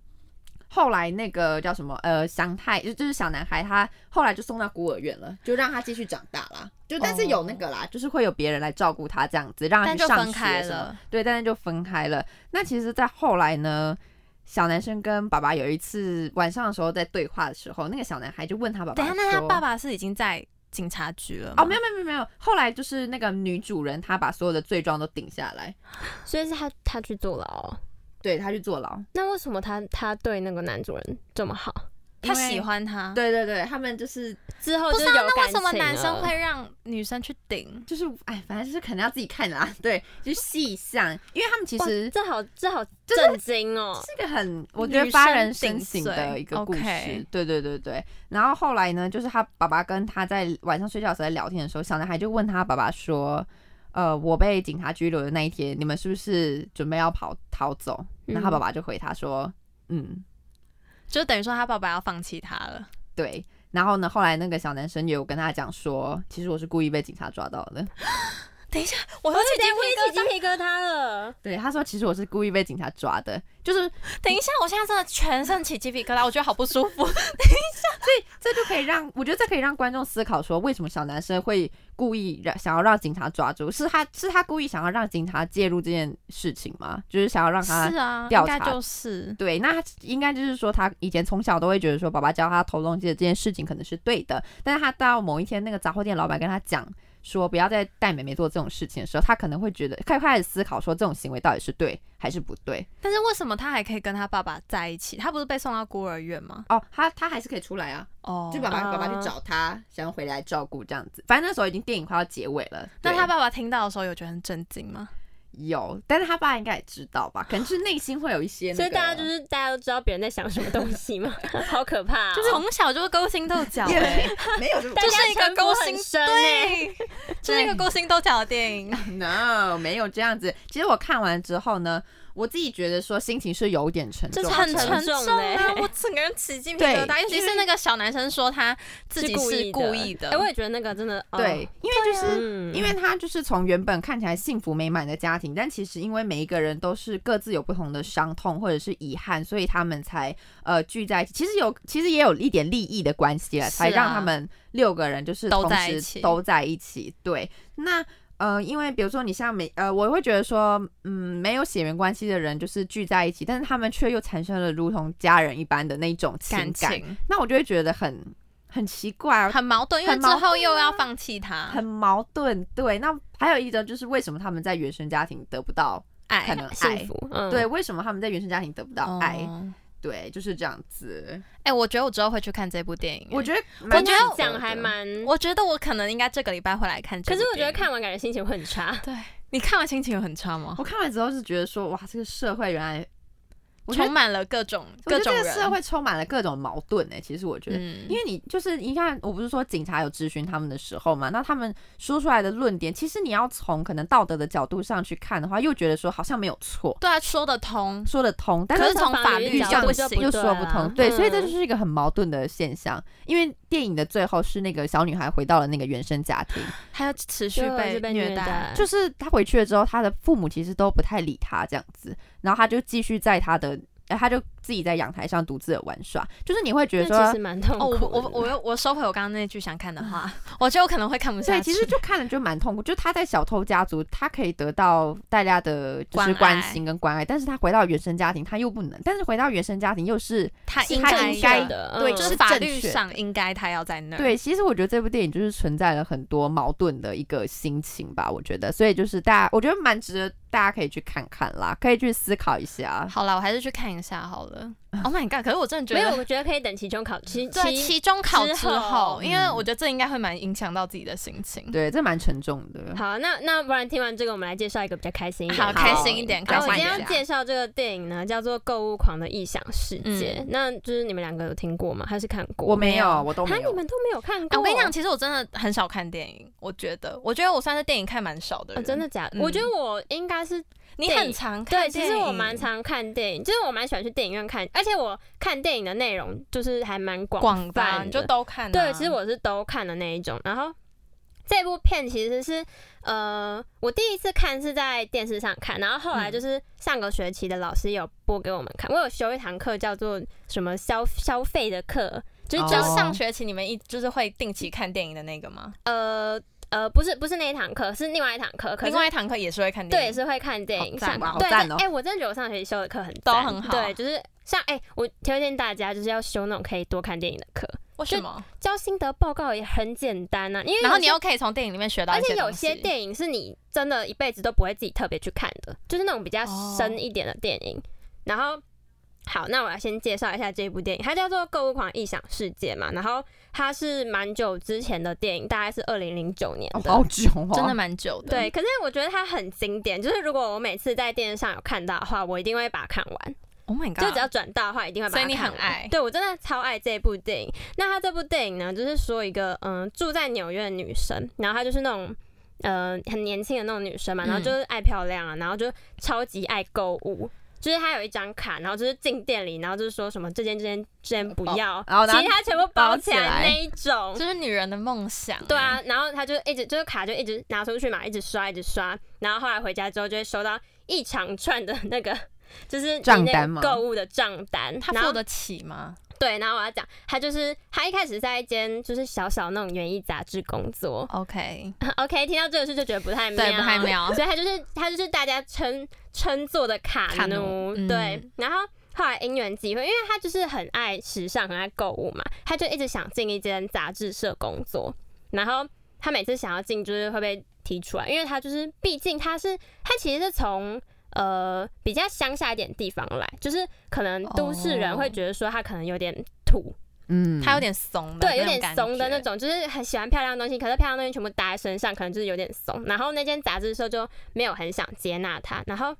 [SPEAKER 2] 后来那个叫什么呃，祥太就就是小男孩，他后来就送到孤儿院了，就让他继续长大啦。就但是有那个啦就是会有别人来照顾他这样子，让
[SPEAKER 1] 哦
[SPEAKER 2] 他
[SPEAKER 1] 但
[SPEAKER 2] 去
[SPEAKER 1] 就
[SPEAKER 2] 上
[SPEAKER 1] 分
[SPEAKER 2] 学
[SPEAKER 1] 开
[SPEAKER 2] 什么
[SPEAKER 1] 了，
[SPEAKER 2] 对，但是就分开了。那其实，在后来呢，小男生跟爸爸有一次晚上的时候在对话的时候，那个小男孩就问他爸爸，
[SPEAKER 1] 等一下，那他爸。爸是已经在警察局了
[SPEAKER 2] 哦，
[SPEAKER 1] 吗
[SPEAKER 2] 没有没有没有没有，后来就是那个女主人，她把所有的罪状都顶下来，
[SPEAKER 3] 所以是他他去坐牢。哦
[SPEAKER 2] 对她去坐牢。
[SPEAKER 3] 那为什么他他对那个男主人这么好？
[SPEAKER 1] 他
[SPEAKER 2] 因为
[SPEAKER 1] 喜欢他，
[SPEAKER 2] 对对对，他们就是
[SPEAKER 3] 之后
[SPEAKER 1] 不
[SPEAKER 3] 就是有
[SPEAKER 1] 啊
[SPEAKER 3] 感情
[SPEAKER 1] 那为什么男生
[SPEAKER 3] 了
[SPEAKER 1] 会让女生去顶？
[SPEAKER 2] 就是哎，反正就是可能要自己看啦，对，就细想，因为他们其
[SPEAKER 3] 哇
[SPEAKER 2] 实
[SPEAKER 3] 这好这好
[SPEAKER 2] 是
[SPEAKER 3] 震惊哦！
[SPEAKER 2] 是一个很我觉得
[SPEAKER 1] 女
[SPEAKER 2] 发
[SPEAKER 1] 生
[SPEAKER 2] 人
[SPEAKER 1] 顶
[SPEAKER 2] 深省的
[SPEAKER 1] 罪
[SPEAKER 2] 一个故事。
[SPEAKER 1] ，OK
[SPEAKER 2] 对对对对。然后后来呢，就是他爸爸跟他在晚上睡觉的时候在聊天的时候，小男孩就问他爸爸说：“呃，我被警察拘留的那一天，你们是不是准备要跑逃走？”
[SPEAKER 3] 嗯
[SPEAKER 2] 然后他爸爸就回他说：“嗯，
[SPEAKER 1] 就等于说他爸爸要放弃他了。
[SPEAKER 2] 对。”然后呢，后来那个小男生也有跟他讲说：“其实我是故意被警察抓到的。”
[SPEAKER 1] 等一下，我
[SPEAKER 3] 我
[SPEAKER 1] 要
[SPEAKER 3] 有
[SPEAKER 1] 去
[SPEAKER 3] 点
[SPEAKER 1] 鸡
[SPEAKER 3] 起
[SPEAKER 1] 皮
[SPEAKER 3] 鸡皮疙瘩了。
[SPEAKER 2] 对，他说：“其实我是故意被警察抓的。”就是
[SPEAKER 1] 等一下，我现在真的全身起鸡皮疙瘩，我觉得好不舒服。
[SPEAKER 2] 这就可以让我觉得这可以让观众思考说，为什么小男生会故意让想要让警察抓住？是他是他故意想要让警察介入这件事情吗？就是想要让
[SPEAKER 1] [laughs]
[SPEAKER 2] 他
[SPEAKER 1] 是 [laughs] 啊，
[SPEAKER 2] 调
[SPEAKER 1] 应该
[SPEAKER 2] 查
[SPEAKER 1] 就是
[SPEAKER 2] 对，那他应该就是说他以前从小都会觉得说爸爸教他偷东西的这件事情可能是对的，但是他到某一天那个杂货店老板跟他讲。说不要再带妹妹做这种事情的时候，他可能会觉得开开始思考说这种行为到底是对还是不对
[SPEAKER 1] 但是为什么他还可以跟他爸爸在一起？他不是被送到孤儿院吗？
[SPEAKER 2] 哦，他他还是可以出来啊，
[SPEAKER 1] 哦，
[SPEAKER 2] 就爸爸、
[SPEAKER 3] 啊
[SPEAKER 2] 爸爸去找他，想要回来照顾这样子。反正那时候已经电影快要结尾了，
[SPEAKER 1] 那
[SPEAKER 2] 对
[SPEAKER 1] 他爸爸听到的时候有觉得很震惊吗？
[SPEAKER 2] 有，但是他爸应该也知道 [laughs] 吧？可能是内心会有一些、那
[SPEAKER 3] 所以大家
[SPEAKER 2] 个
[SPEAKER 3] 就是大家都知道别人在想什么东西 [laughs] 嘛，好可怕哦！
[SPEAKER 1] 就是从小就是勾心斗角、
[SPEAKER 2] 也
[SPEAKER 1] 欸，
[SPEAKER 2] [laughs] 没有这种
[SPEAKER 3] 大
[SPEAKER 1] 就
[SPEAKER 3] 家
[SPEAKER 1] 是一个
[SPEAKER 3] 城府
[SPEAKER 1] 勾
[SPEAKER 3] 很
[SPEAKER 1] 心
[SPEAKER 3] 深欸
[SPEAKER 1] [laughs] 对，就是一个勾心斗角的电影。
[SPEAKER 2] no 没有这样子。其实我看完之后呢，我自己觉得说心情是有点沉重
[SPEAKER 3] 这
[SPEAKER 2] 的，
[SPEAKER 3] 是
[SPEAKER 1] 很
[SPEAKER 3] 沉
[SPEAKER 1] 沉
[SPEAKER 3] 重欸
[SPEAKER 1] 重
[SPEAKER 3] 嘞
[SPEAKER 1] 啊！我整个人起鸡皮
[SPEAKER 2] 对
[SPEAKER 1] 疙瘩，尤其
[SPEAKER 2] 因为
[SPEAKER 1] 是那个小男生说他自己是故意的
[SPEAKER 3] 哎，，我也觉得那个真的，哦
[SPEAKER 2] 对，，啊因为就是。
[SPEAKER 3] 嗯
[SPEAKER 2] 因为他就是从原本看起来幸福美满的家庭，但其实因为每一个人都是各自有不同的伤痛或者是遗憾，所以他们才呃聚在一起。其实有，其实也有一点利益的关系啦，
[SPEAKER 1] 是啊
[SPEAKER 2] 才让他们六个人就是
[SPEAKER 1] 都
[SPEAKER 2] 同
[SPEAKER 1] 在一
[SPEAKER 2] 时
[SPEAKER 1] 起
[SPEAKER 2] 都在一起。对，那。呃，因为比如说你像每呃，我会觉得说，嗯，没有血缘关系的人就是聚在一起，但是他们却又产生了如同家人一般的那种情
[SPEAKER 1] 感
[SPEAKER 2] 感，
[SPEAKER 1] 情
[SPEAKER 2] 那我就会觉得很很奇怪、啊，
[SPEAKER 1] 很矛盾，因为
[SPEAKER 2] 很
[SPEAKER 1] 之
[SPEAKER 2] 矛
[SPEAKER 1] 后又要放弃他
[SPEAKER 2] 很矛盾。对，那还有一种就是为什么他们在原生家庭得不到可
[SPEAKER 1] 爱，啊
[SPEAKER 2] 能
[SPEAKER 3] 幸
[SPEAKER 2] 爱？
[SPEAKER 3] 福，嗯，
[SPEAKER 2] 对，，为什么他们在原生家庭得不到爱？
[SPEAKER 1] 哦
[SPEAKER 2] 对，就是这样子。
[SPEAKER 1] 哎、我觉得我之后会去看这部电影。
[SPEAKER 2] 我觉得，
[SPEAKER 1] 我觉得
[SPEAKER 3] 讲还，蛮，
[SPEAKER 1] 我觉得我可能应该这个礼拜会来看这
[SPEAKER 3] 可
[SPEAKER 1] 部
[SPEAKER 3] 是
[SPEAKER 1] 电影。
[SPEAKER 3] 我觉得看完感觉心情会
[SPEAKER 1] [laughs]
[SPEAKER 3] 很差。
[SPEAKER 1] 对你看完心情有很差吗？
[SPEAKER 2] 我看完之后是觉得说，哇，这个社会原来，我觉
[SPEAKER 1] 充
[SPEAKER 2] 得
[SPEAKER 1] 满了各种
[SPEAKER 2] 我觉
[SPEAKER 1] 各
[SPEAKER 2] 得
[SPEAKER 1] 种
[SPEAKER 2] 这
[SPEAKER 1] 人
[SPEAKER 2] 个社会充满了各种矛盾呢、其实我觉得，
[SPEAKER 1] 嗯，
[SPEAKER 2] 因为你就是你看，我不是说警察有质询他们的时候嘛，那他们说出来的论点，其实你要从可能道德的角度上去看的话，又觉得说好像没有错，
[SPEAKER 1] 对啊，说得通。
[SPEAKER 2] 说得通，但
[SPEAKER 1] 可
[SPEAKER 2] 是
[SPEAKER 1] 是从
[SPEAKER 3] 法
[SPEAKER 1] 法
[SPEAKER 3] 律
[SPEAKER 1] 律
[SPEAKER 3] 角
[SPEAKER 1] 上
[SPEAKER 3] 度
[SPEAKER 1] 不
[SPEAKER 3] 就
[SPEAKER 1] 行，
[SPEAKER 2] 又说不
[SPEAKER 1] 啊
[SPEAKER 2] 通，对，所以这
[SPEAKER 3] 嗯
[SPEAKER 2] 就是一个很矛盾的现象。因为电影的最后是那个小女孩回到了那个原生家
[SPEAKER 1] [laughs]
[SPEAKER 2] 庭，
[SPEAKER 1] 他要持续
[SPEAKER 3] 对我
[SPEAKER 1] 被
[SPEAKER 3] 就被虐
[SPEAKER 1] 待
[SPEAKER 3] 待。
[SPEAKER 2] 就是她回去了之后，她的父母其实都不太理她这样子，然后她就继续在她的，呃她就自己在阳台上独自的玩耍，就是你会觉得
[SPEAKER 3] 那其
[SPEAKER 2] 说
[SPEAKER 3] 实。蛮痛
[SPEAKER 1] 哦，
[SPEAKER 3] 苦
[SPEAKER 1] 我
[SPEAKER 3] 的。
[SPEAKER 1] 我我又我收回我刚刚那句想看的话，我觉得我可能会看不下
[SPEAKER 2] 对，
[SPEAKER 1] 去。
[SPEAKER 2] 其实就看了就蛮痛苦。就她在小偷家族，她可以得到大家的就
[SPEAKER 1] 关
[SPEAKER 2] 是关
[SPEAKER 1] 爱
[SPEAKER 2] 心跟关爱，但是她回到原生家庭，她又不能。但是回到原生家庭又是
[SPEAKER 1] 他
[SPEAKER 3] 是
[SPEAKER 1] 应
[SPEAKER 2] 他
[SPEAKER 1] 该
[SPEAKER 2] 应该
[SPEAKER 3] 的，
[SPEAKER 1] 对，
[SPEAKER 3] 嗯
[SPEAKER 1] 就是
[SPEAKER 2] 是
[SPEAKER 1] 法
[SPEAKER 2] 正
[SPEAKER 1] 律
[SPEAKER 2] 确的
[SPEAKER 1] 上应该他要在那儿。
[SPEAKER 2] 对，其实我觉得这部电影就是存在了很多矛盾的一个心情吧，我觉得，所以就是大家，我觉得蛮值得大家可以去看看啦，可以去思考一下。
[SPEAKER 1] 好了，我还是去看一下好 [laughs] 了。Oh my god！可是我真的觉
[SPEAKER 3] 没有，
[SPEAKER 1] 得，
[SPEAKER 3] 我觉得可以等期中考期
[SPEAKER 1] [laughs] 对啊
[SPEAKER 3] 期
[SPEAKER 1] 期中考之
[SPEAKER 3] 之后
[SPEAKER 1] 因为
[SPEAKER 2] 嗯
[SPEAKER 1] 我觉得这应该会蛮影响到自己的心情。
[SPEAKER 2] 对，这蛮沉重的。
[SPEAKER 3] 好，那那不然听完这个，我们来介绍一个比较开心一点
[SPEAKER 1] 好，
[SPEAKER 3] 的。
[SPEAKER 1] 开心一点，
[SPEAKER 3] 然
[SPEAKER 1] 开
[SPEAKER 3] 后呃我
[SPEAKER 1] 心一
[SPEAKER 3] 今天
[SPEAKER 1] 点
[SPEAKER 3] 要。介绍这个电影呢，叫做《购物狂的异想世界》。
[SPEAKER 1] 嗯
[SPEAKER 3] 那就是你们两个有听过吗？还是看过？
[SPEAKER 2] 我没
[SPEAKER 1] 没有
[SPEAKER 2] 有，我都
[SPEAKER 3] 啊，
[SPEAKER 2] 没
[SPEAKER 3] 你
[SPEAKER 2] 有。
[SPEAKER 3] 们都没有看
[SPEAKER 1] 哎
[SPEAKER 3] 过。
[SPEAKER 1] 我跟你讲，其实我真的很少看电影，我觉得，我觉得我算是电影看蛮少的
[SPEAKER 3] 哦，
[SPEAKER 1] 人。
[SPEAKER 3] 真的，假的？
[SPEAKER 1] 嗯
[SPEAKER 3] 我觉得我应该是
[SPEAKER 1] 你
[SPEAKER 3] 电
[SPEAKER 1] 很
[SPEAKER 3] 影
[SPEAKER 1] 常看
[SPEAKER 3] 对，
[SPEAKER 1] 电
[SPEAKER 3] 其
[SPEAKER 1] 影？
[SPEAKER 3] 实我蛮常看电影，就是我蛮喜欢去电影院看，而且我看电影的内容就是还蛮
[SPEAKER 1] 广泛，
[SPEAKER 3] 泛
[SPEAKER 1] 你就
[SPEAKER 3] 的
[SPEAKER 1] 都看啊。
[SPEAKER 3] 对，其实我是都看的那一种。然后这部片其实是呃，我第一次看是在电视上看，然后后来
[SPEAKER 1] 嗯
[SPEAKER 3] 就是上个学期的老师有播给我们看，我有修一堂课叫做什么消消费的课，就是
[SPEAKER 1] 就
[SPEAKER 3] 教、
[SPEAKER 1] 是
[SPEAKER 2] 哦
[SPEAKER 1] 上学期你们一就是会定期看电影的那个吗？
[SPEAKER 3] 呃呃不是不是那一堂课，是另外一堂课，可
[SPEAKER 1] 另
[SPEAKER 3] 是
[SPEAKER 1] 外一堂课也是会看
[SPEAKER 3] 对
[SPEAKER 1] 电
[SPEAKER 3] 也
[SPEAKER 1] 影，
[SPEAKER 3] 是会看电影，
[SPEAKER 1] 好赞
[SPEAKER 3] 上
[SPEAKER 2] 哇好
[SPEAKER 3] 对，
[SPEAKER 2] 赞
[SPEAKER 3] 但
[SPEAKER 2] 哦
[SPEAKER 3] 哎、我真的觉得我上学期修的课很
[SPEAKER 1] 都
[SPEAKER 3] 赞
[SPEAKER 1] 很好
[SPEAKER 3] 对，就是像哎、我推荐大家就是要修那种可以多看电影的课，
[SPEAKER 1] 为什么？
[SPEAKER 3] 交心得报告也很简单啊呐、因为
[SPEAKER 1] 然后
[SPEAKER 3] 有
[SPEAKER 1] 你
[SPEAKER 3] 些
[SPEAKER 1] 又可以从电影里面学到
[SPEAKER 3] 而
[SPEAKER 1] 一
[SPEAKER 3] 且有
[SPEAKER 1] 东
[SPEAKER 3] 些
[SPEAKER 1] 西。
[SPEAKER 3] 电影是你真的一辈子都不会自己特别去看的，就是那种比较
[SPEAKER 1] 哦
[SPEAKER 3] 深一点的电影。然后，好，那我要先介绍一下这部电影，它叫做《购物狂异想世界》嘛。然后它是蛮久之前的电影，大概是二零零九年
[SPEAKER 2] 哦
[SPEAKER 3] 的。
[SPEAKER 2] 好久哦，
[SPEAKER 1] 真的蛮久的。
[SPEAKER 3] 对，可是我觉得它很经典，就是如果我每次在电视上有看到的话，我一定会把它看完。
[SPEAKER 1] ，Oh my god！
[SPEAKER 3] 就只要转到的话，一定会把它
[SPEAKER 1] 所以你
[SPEAKER 3] 看
[SPEAKER 1] 很
[SPEAKER 3] 完
[SPEAKER 1] 爱
[SPEAKER 3] 对我真的超爱这部电影。那他这部电影呢，就是说一个嗯、住在纽约的女生，然后她就是那种。呃，很年轻的那种女生嘛，
[SPEAKER 1] 嗯
[SPEAKER 3] 然后就是爱漂亮啊，然后就超级爱购物，就是她有一张卡，然后就是进店里，然后就是说什么这件这件这件不
[SPEAKER 1] 哦
[SPEAKER 3] 要，
[SPEAKER 2] 然后拿
[SPEAKER 3] 其他全部包起
[SPEAKER 2] 包起
[SPEAKER 3] 来
[SPEAKER 2] 来
[SPEAKER 3] 那一种，
[SPEAKER 1] 这是女人的梦想。
[SPEAKER 3] 对，啊，然后他就一直就是卡就一直拿出去嘛，一直刷一直刷，然后后来回家之后就会收到一长串的那个就是你
[SPEAKER 2] 账
[SPEAKER 3] 那
[SPEAKER 2] 单
[SPEAKER 3] 个
[SPEAKER 2] 吗
[SPEAKER 3] 购物的账单，
[SPEAKER 1] 她
[SPEAKER 3] 然
[SPEAKER 1] 付
[SPEAKER 3] 后
[SPEAKER 1] 得起吗？
[SPEAKER 3] 对，然后我要讲，他就是他一开始在一间就是小小那种园艺杂志
[SPEAKER 1] [laughs]
[SPEAKER 3] 工作
[SPEAKER 1] OK，
[SPEAKER 3] ，OK，听到这个事就觉得不太妙，
[SPEAKER 1] 对，不太
[SPEAKER 3] [laughs]
[SPEAKER 1] 妙。
[SPEAKER 3] 所以他就是他就是大家称称作的卡奴，
[SPEAKER 1] 卡奴嗯
[SPEAKER 3] 对。然后后来因缘际会，因为他就是很爱时尚，很爱购物嘛，他就一直想进一间杂志社工作。然后他每次想要进，就是会被踢出来，因为他就是毕竟他是他其实是从。呃，比较乡下一点地方来，就是可能都市人
[SPEAKER 1] 哦
[SPEAKER 3] 会觉得说他可能有点土
[SPEAKER 2] 嗯，
[SPEAKER 1] 她有点怂的，
[SPEAKER 3] 对，有点
[SPEAKER 1] 感
[SPEAKER 3] 怂的
[SPEAKER 1] 觉
[SPEAKER 3] 那。种，就是很喜欢漂亮的东西，可是漂亮的东西全部搭在身上，可能就是有点怂。然后那间杂志社就没有很想接纳他，然后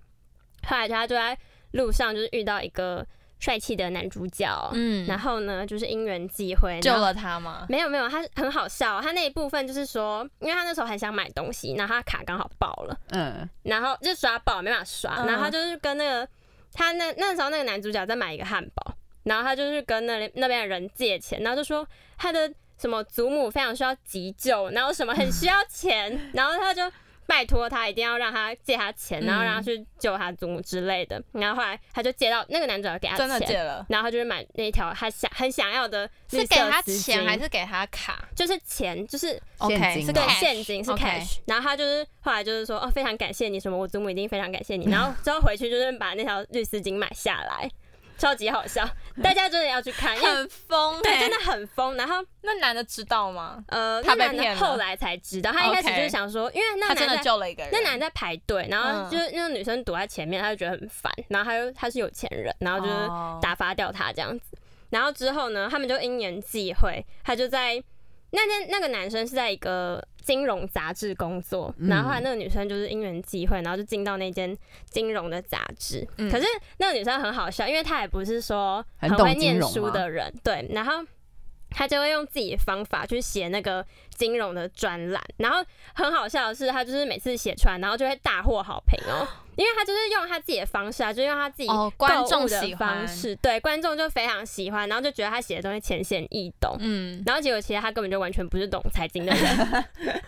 [SPEAKER 3] 后来他就在路上就是遇到一个帅气的男主角，
[SPEAKER 1] 嗯，
[SPEAKER 3] 然后呢就是因缘际会
[SPEAKER 1] 救。
[SPEAKER 3] 然后
[SPEAKER 1] 了她吗？
[SPEAKER 3] 没有没有，他很好笑、哦他那一部分就是说，因为他那时候很想买东西，然后他卡刚好爆了，
[SPEAKER 2] 嗯，
[SPEAKER 3] 然后就刷爆没办法刷，
[SPEAKER 1] 嗯
[SPEAKER 3] 然后他就是跟那个他那那时候那个男主角在买一个汉堡，然后他就是跟那里那边的人借钱，然后就说他的什么祖母非常需要急救，然后什么很需要
[SPEAKER 1] [laughs]
[SPEAKER 3] 钱，然后他就拜托他一定要让他借他钱，
[SPEAKER 1] 嗯
[SPEAKER 3] 然后让他去救他祖母之类的，然后后来他就借到那个男主角给他
[SPEAKER 1] 真的
[SPEAKER 3] 钱。
[SPEAKER 1] 借了。
[SPEAKER 3] 然后他就去买那一条他想很想要的绿
[SPEAKER 1] 是给
[SPEAKER 3] 色
[SPEAKER 1] 她
[SPEAKER 3] 丝
[SPEAKER 1] 钱
[SPEAKER 3] 巾
[SPEAKER 1] 还是给她卡
[SPEAKER 3] 就是钱，就是
[SPEAKER 2] 现
[SPEAKER 1] ？OK，是
[SPEAKER 2] 金吗
[SPEAKER 3] 对，
[SPEAKER 1] cash
[SPEAKER 3] 现金是
[SPEAKER 1] OK
[SPEAKER 3] cash。然后他就是后来就是说，哦，非常感谢你什么，我祖母一定非常感谢你。然后之后回去就是把那条绿丝巾买下来。超级好笑，大家真的要去看，因为
[SPEAKER 1] 很疯
[SPEAKER 3] 对
[SPEAKER 1] 哎、
[SPEAKER 3] 真的很疯。然后
[SPEAKER 4] 那男的知道吗？
[SPEAKER 3] 呃，
[SPEAKER 4] 他
[SPEAKER 3] 那
[SPEAKER 4] 被
[SPEAKER 3] 男的
[SPEAKER 4] 骗了
[SPEAKER 3] 后来才知道，他一开始
[SPEAKER 4] OK
[SPEAKER 3] 就是想说，因为那
[SPEAKER 4] 他真的
[SPEAKER 3] 男的
[SPEAKER 4] 救了一个人。
[SPEAKER 3] 那男的在排队，然后
[SPEAKER 4] 嗯
[SPEAKER 3] 就是那个女生躲在前面，他就觉得很烦，然后他又他是有钱人，然后就是
[SPEAKER 4] 哦
[SPEAKER 3] 打发掉他这样子。然后之后呢，他们就因缘际会，他就在那那那个男生是在一个金融杂志工作，
[SPEAKER 2] 嗯
[SPEAKER 3] 然后后来那个女生就是因缘际会，然后就进到那间金融的杂志。
[SPEAKER 1] 嗯
[SPEAKER 3] 可是那个女生很好笑，因为她也不是说
[SPEAKER 2] 很懂
[SPEAKER 3] 会
[SPEAKER 2] 金
[SPEAKER 3] 念
[SPEAKER 2] 融
[SPEAKER 3] 书
[SPEAKER 2] 吗
[SPEAKER 3] 的人，对，然后。她就会用自己的方法去写那个金融的专栏，然后很好笑的是，她就是每次写出来，然后就会大获好评哦，因为她就是用她自己的方式啊，就用她自己
[SPEAKER 1] 哦，观
[SPEAKER 3] 购
[SPEAKER 1] 众
[SPEAKER 3] 物的
[SPEAKER 1] 喜欢
[SPEAKER 3] 方，式，对观众就非常喜欢，然后就觉得他写的东西浅显易懂，
[SPEAKER 1] 嗯，
[SPEAKER 3] 然后结果其实他根本就完全不是懂财经
[SPEAKER 1] [laughs]
[SPEAKER 3] 的人，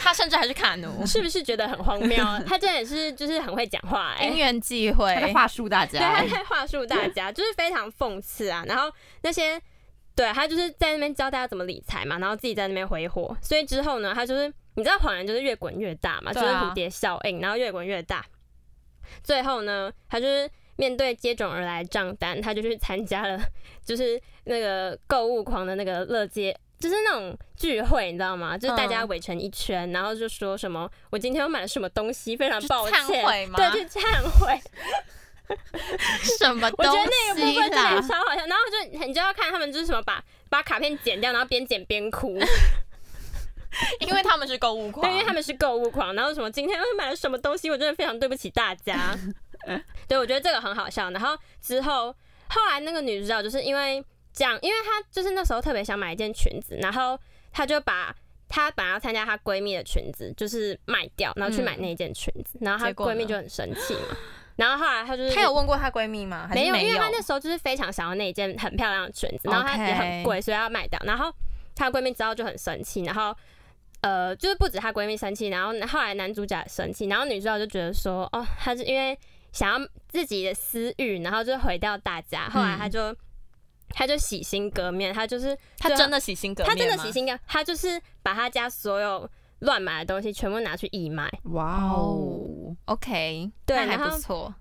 [SPEAKER 1] 他甚至还是卡
[SPEAKER 3] [laughs]
[SPEAKER 1] 奴，
[SPEAKER 3] 是不是觉得很荒
[SPEAKER 1] [laughs]
[SPEAKER 3] 谬啊？他真的是就是很会讲话、欸，
[SPEAKER 1] 因缘际
[SPEAKER 2] 他在
[SPEAKER 1] 会，
[SPEAKER 2] 话术大
[SPEAKER 3] 对，啊他
[SPEAKER 2] 家，
[SPEAKER 3] 在话术大家， [laughs] 就是非常讽刺啊。然后那些对他就是在那边教大家怎么理财嘛，然后自己在那边挥霍，所以之后呢，他就是你知道谎言就是越滚越大嘛，就
[SPEAKER 4] 对
[SPEAKER 3] 是
[SPEAKER 4] 啊
[SPEAKER 3] 蝴蝶效应，然后越滚越大。最后呢，他就是面对接踵而来的账单，他就去参加了，就是那个购物狂的那个乐街。就是那种聚会，你知道吗？就是大家
[SPEAKER 1] 嗯
[SPEAKER 3] 围成一圈，然后就说什么“我今天又买了什么东西，非常
[SPEAKER 4] 去
[SPEAKER 3] 抱
[SPEAKER 4] 忏
[SPEAKER 3] 歉
[SPEAKER 4] 悔”，吗
[SPEAKER 3] 对，去忏悔。
[SPEAKER 1] 什么
[SPEAKER 3] [laughs] 我
[SPEAKER 1] 东
[SPEAKER 3] 觉得那个部
[SPEAKER 1] 西
[SPEAKER 3] 分真的
[SPEAKER 1] 啦？
[SPEAKER 3] 超好笑，然后就你就要看他们就是什么把把卡片剪掉，然后边剪边哭，
[SPEAKER 4] 因为他们是购物狂，
[SPEAKER 3] 对，因为他们是购物狂，然后什么今天又买了什么东西，我真的非常对不起大家。对，我觉得这个很好笑。然后之后后来那个女主角就是因为这样，因为她就是那时候特别想买一件裙子，然后她就把。她本来要参加她闺蜜的裙子，就是卖掉，然后去买那件裙子，然后她
[SPEAKER 4] 结果呢
[SPEAKER 3] 闺蜜就很生气嘛。然后后来她就是
[SPEAKER 1] 她有问过她闺蜜吗？还
[SPEAKER 3] 没
[SPEAKER 1] 是
[SPEAKER 3] 有，因为
[SPEAKER 1] 嗯有
[SPEAKER 3] 她那时候就是非常想要那一件很漂亮的裙子，然后她
[SPEAKER 1] OK
[SPEAKER 3] 也很贵，所以要买掉。然后她的闺蜜知道就很生气，然后呃，就是不止她闺蜜生气，然后后来男主角也生气，然后女主角就觉得说，哦，她是因为想要自己的私欲，然后就毁掉大家。后
[SPEAKER 1] 嗯
[SPEAKER 3] 来她就、她就洗心革面，她就是
[SPEAKER 4] 他
[SPEAKER 1] 啊
[SPEAKER 3] 最后
[SPEAKER 4] 真的洗心革面
[SPEAKER 3] 她
[SPEAKER 4] 吗，
[SPEAKER 3] 真的洗心革面，她就是把她家所有乱买的东西全部拿去义卖。
[SPEAKER 2] 哇
[SPEAKER 1] 哦，，OK，
[SPEAKER 3] 对
[SPEAKER 1] 那还
[SPEAKER 3] 然后
[SPEAKER 1] 不错。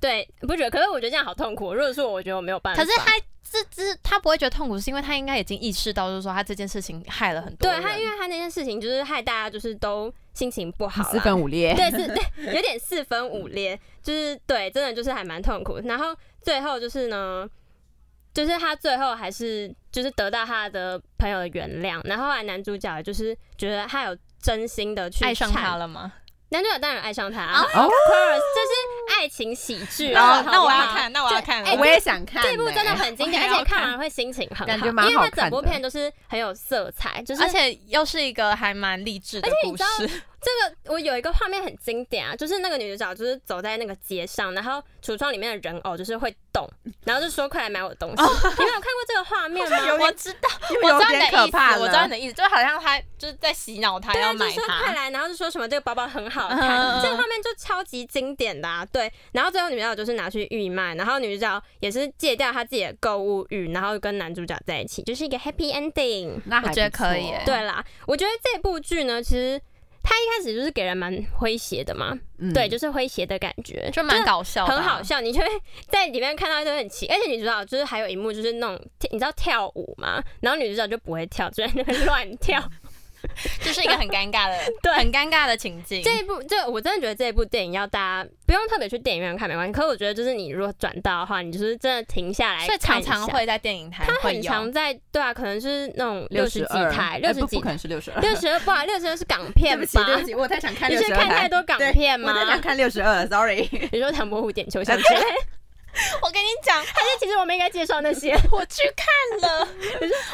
[SPEAKER 3] 对，不觉得？可是我觉得这样好痛苦。如果说我觉得我没有办法，
[SPEAKER 1] 可是他这这他不会觉得痛苦，是因为他应该已经意识到，就是说他这件事情害了很多
[SPEAKER 3] 对
[SPEAKER 1] 人。
[SPEAKER 3] 他，因为他那件事情就是害大家就是都心情不好啦， [laughs]
[SPEAKER 2] 四分五裂，
[SPEAKER 3] 对是，对，有点四分五裂，就是对，真的就是还蛮痛苦。然后最后就是呢，就是他最后还是就是得到他的朋友的原谅，然后后来男主角就是觉得他有真心的去
[SPEAKER 1] 爱上
[SPEAKER 3] 忏
[SPEAKER 1] 他，了吗？
[SPEAKER 3] 男主角当然爱上他 [laughs] 啊，
[SPEAKER 2] 哦
[SPEAKER 3] of course，就是爱情喜剧
[SPEAKER 4] 那
[SPEAKER 1] 哦
[SPEAKER 3] 啊，
[SPEAKER 4] 我那我
[SPEAKER 3] 好不
[SPEAKER 4] 要
[SPEAKER 3] 好。
[SPEAKER 4] 看，那我要看了。
[SPEAKER 1] 哎
[SPEAKER 2] 我也想看呢，
[SPEAKER 3] 哎这部真的很经典，
[SPEAKER 4] 我也
[SPEAKER 3] 而
[SPEAKER 4] 要
[SPEAKER 3] 且看
[SPEAKER 4] 看
[SPEAKER 3] 完会心情很好，
[SPEAKER 2] 感觉蛮
[SPEAKER 3] 因为它
[SPEAKER 2] 好看
[SPEAKER 3] 整部
[SPEAKER 2] 的
[SPEAKER 3] 片都是很有色彩，就是
[SPEAKER 1] 而且又是一个还蛮励志的故事，
[SPEAKER 3] 这个我有一个画面很经典啊，就是那个女主角就是走在那个街上，然后橱窗里面的人偶就是会动，然后就说快来买我东
[SPEAKER 1] 哦
[SPEAKER 3] 西。你们有看过这个画
[SPEAKER 1] [laughs]
[SPEAKER 3] 面吗？
[SPEAKER 4] 我知道，
[SPEAKER 2] 因为
[SPEAKER 4] 我
[SPEAKER 2] 有
[SPEAKER 4] 知道你
[SPEAKER 2] 点
[SPEAKER 4] 的
[SPEAKER 2] 可
[SPEAKER 4] 意
[SPEAKER 2] 怕
[SPEAKER 4] 思，
[SPEAKER 2] 了，
[SPEAKER 4] 我知道你的意思，就好像他就是在洗脑他要
[SPEAKER 3] 就
[SPEAKER 4] 买
[SPEAKER 3] 说快
[SPEAKER 4] 它。
[SPEAKER 3] 来，然后就说什么这个包包很好
[SPEAKER 1] 嗯嗯
[SPEAKER 3] 看，
[SPEAKER 1] 嗯
[SPEAKER 3] 这个画面就超级经典的啊。对，然后最后女主角就是拿去义卖，然后女主角也是戒掉她自己的购物欲，然后跟男主角在一起，就是一个 happy ending。
[SPEAKER 2] 那还
[SPEAKER 1] 我觉得
[SPEAKER 2] 不错
[SPEAKER 1] 可以耶
[SPEAKER 3] 对啦，我觉得这部剧呢，其实它一开始就是给人蛮诙谐的嘛，
[SPEAKER 2] 嗯
[SPEAKER 3] 对，就是诙谐的感觉，
[SPEAKER 1] 就蛮搞笑的啊，
[SPEAKER 3] 很好笑，你就会在里面看到一堆很奇，而且女主角就是还有一幕就是那种你知道跳舞嘛，然后女主角就不会跳，就在那边乱
[SPEAKER 2] [laughs]
[SPEAKER 3] 跳。，
[SPEAKER 1] 就是一个很尴尬的
[SPEAKER 3] 对
[SPEAKER 1] 很尴尬的情境。
[SPEAKER 3] 这一部这我真的觉得这一部电影要大家不用特别去电影院看没关系，可是我觉得就是你如果转到的话，你就是真的停下来
[SPEAKER 1] 所以
[SPEAKER 3] 看
[SPEAKER 1] 常
[SPEAKER 3] 一下，
[SPEAKER 1] 常会在电影台
[SPEAKER 3] 它
[SPEAKER 1] 会
[SPEAKER 3] 很
[SPEAKER 1] 有，
[SPEAKER 3] 常在对啊，可能是那种六十几
[SPEAKER 2] 62
[SPEAKER 3] 台，
[SPEAKER 2] 哎
[SPEAKER 3] 六十
[SPEAKER 2] 不
[SPEAKER 3] 几
[SPEAKER 2] 不可能是六十二，
[SPEAKER 3] 六十二不好，六十二是港
[SPEAKER 2] 对
[SPEAKER 3] 片
[SPEAKER 2] 不起，对
[SPEAKER 3] 吧
[SPEAKER 2] 不？起，我太想看
[SPEAKER 3] 你
[SPEAKER 2] 六
[SPEAKER 3] 是
[SPEAKER 2] 十二，
[SPEAKER 3] 看太多港
[SPEAKER 1] [laughs]
[SPEAKER 2] 对
[SPEAKER 3] 片
[SPEAKER 2] 我太
[SPEAKER 3] 吗
[SPEAKER 2] 想？看六十二，sorry， [laughs]
[SPEAKER 3] 你说唐伯虎点秋香之类，
[SPEAKER 1] 我跟你讲，
[SPEAKER 3] 但是其实我们应该介绍那些。
[SPEAKER 1] 我去看
[SPEAKER 3] [laughs]
[SPEAKER 1] 了，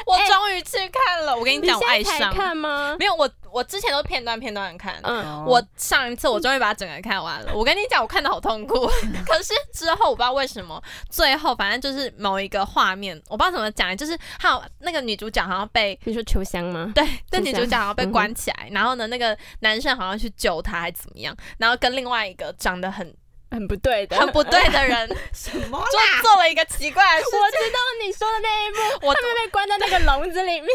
[SPEAKER 1] 我终于去看了。我跟你
[SPEAKER 3] 哎你
[SPEAKER 1] 讲，
[SPEAKER 3] 现
[SPEAKER 1] 我爱
[SPEAKER 3] 在才
[SPEAKER 1] 上。
[SPEAKER 3] 看吗？
[SPEAKER 4] 没有，我我之前都片段片段看。
[SPEAKER 3] 嗯，
[SPEAKER 1] 我上一次我终于把它整个看完了，我跟你讲，我看的好痛
[SPEAKER 3] [laughs]
[SPEAKER 1] 苦。可是之后我不知道为什么，最后反正就是某一个画面，我不知道怎么讲，就是还有那个女主角好像被 [laughs]
[SPEAKER 3] 你说秋香吗？
[SPEAKER 1] 对，那
[SPEAKER 3] 是
[SPEAKER 1] 女
[SPEAKER 3] 这
[SPEAKER 1] 主
[SPEAKER 3] 样
[SPEAKER 1] 角好像被
[SPEAKER 3] 嗯哼
[SPEAKER 1] 关起来，然后呢，那个男生好像去救她还怎么样，然后跟另外一个长得很
[SPEAKER 3] 很不对的，
[SPEAKER 1] 很嗯不对的
[SPEAKER 3] [laughs]
[SPEAKER 1] 人
[SPEAKER 2] 什么？
[SPEAKER 1] 就做了一个奇怪的事
[SPEAKER 3] 我知道你说的那一
[SPEAKER 1] 情。
[SPEAKER 3] 幕，
[SPEAKER 1] [laughs] 我 [laughs]
[SPEAKER 3] 他们被关在那个笼子里面，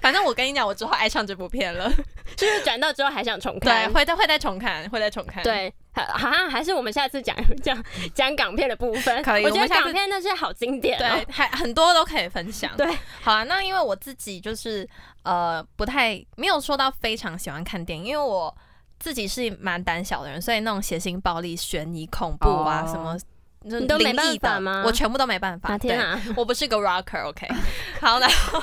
[SPEAKER 1] 反正我跟你讲，我之后爱上这部片了，
[SPEAKER 3] 是不是转到之后还想重
[SPEAKER 1] 对，
[SPEAKER 3] 看？
[SPEAKER 1] 会再会再重看，会再重看。，
[SPEAKER 3] 对，好好像还是我们下次讲讲讲港片的部分。
[SPEAKER 1] 可以
[SPEAKER 3] 我
[SPEAKER 1] 我
[SPEAKER 3] 觉得
[SPEAKER 1] 们下次
[SPEAKER 3] 港片那些好经典、哦
[SPEAKER 1] 对。，还很多都可以分享。
[SPEAKER 3] 对，
[SPEAKER 1] 好啊，那因为我自己就是呃不太没有说到非常喜欢看电影，因为我自己是蛮胆小的人，所以那种血腥、暴力、悬疑、恐怖啊、
[SPEAKER 2] 哦
[SPEAKER 1] 什么。就是
[SPEAKER 3] 你都没
[SPEAKER 1] 灵异
[SPEAKER 3] 办法
[SPEAKER 1] 的
[SPEAKER 3] 吗
[SPEAKER 1] 我全部都没办法。
[SPEAKER 3] 啊天啊！
[SPEAKER 1] 对，我不是个 rocker，OK、好， [laughs] 然后，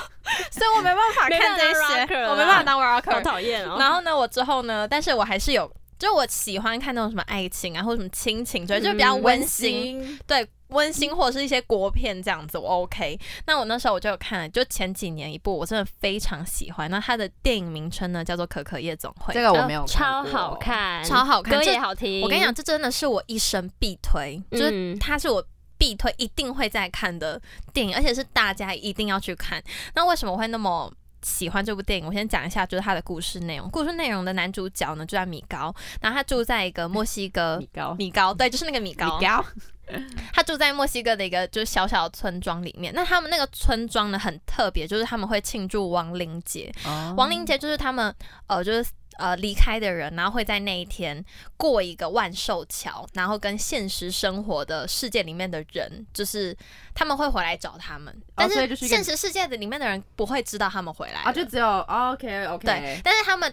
[SPEAKER 1] 所以我没办法看这
[SPEAKER 3] 没办法当
[SPEAKER 1] 些，
[SPEAKER 3] rocker 啊
[SPEAKER 1] 我没办法当
[SPEAKER 3] 好
[SPEAKER 1] rocker。
[SPEAKER 3] 讨厌哦！
[SPEAKER 1] 然后呢，我之后呢，但是我还是有，就我喜欢看那种什么爱情啊，或者什么亲情之类，就比较
[SPEAKER 3] 嗯
[SPEAKER 1] 温馨，，对。温馨或者是一些国片这样子，我 OK。那我那时候我就有看了，就前几年一部我真的非常喜欢。那它的电影名称呢叫做《可可夜总会》，
[SPEAKER 2] 这个我没有
[SPEAKER 3] 哦
[SPEAKER 2] 看
[SPEAKER 3] 超
[SPEAKER 2] 过
[SPEAKER 3] 好，看，
[SPEAKER 1] 呃超好看。
[SPEAKER 3] 歌
[SPEAKER 1] 这
[SPEAKER 3] 也好听。
[SPEAKER 1] 我跟你讲，，这真的是我一生必推，就是
[SPEAKER 3] 嗯
[SPEAKER 1] 它是我必推一定会在看的电影，而且是大家一定要去看。那为什么会那么？喜欢这部电影，我先讲一下，就是它的故事内容。故事内容的男主角呢，就叫米高，然后他住在一个墨西哥
[SPEAKER 2] 米高
[SPEAKER 1] 米高，对，就是那个米高，
[SPEAKER 2] 嗯米高，
[SPEAKER 1] 他住在墨西哥的一个就是小小的村庄里面。那他们那个村庄呢很特别，就是他们会庆祝亡灵节。
[SPEAKER 2] 哦
[SPEAKER 1] 亡灵节就是他们呃就是呃离开的人，然后会在那一天过一个万寿桥，然后跟现实生活的世界里面的人，就是他们会回来找他们，但
[SPEAKER 2] 哦所以就是一个
[SPEAKER 1] 现实世界的里面的人不会知道他们回来了
[SPEAKER 2] 啊，就只有 OK
[SPEAKER 1] 对
[SPEAKER 2] OK，，
[SPEAKER 1] 但是他们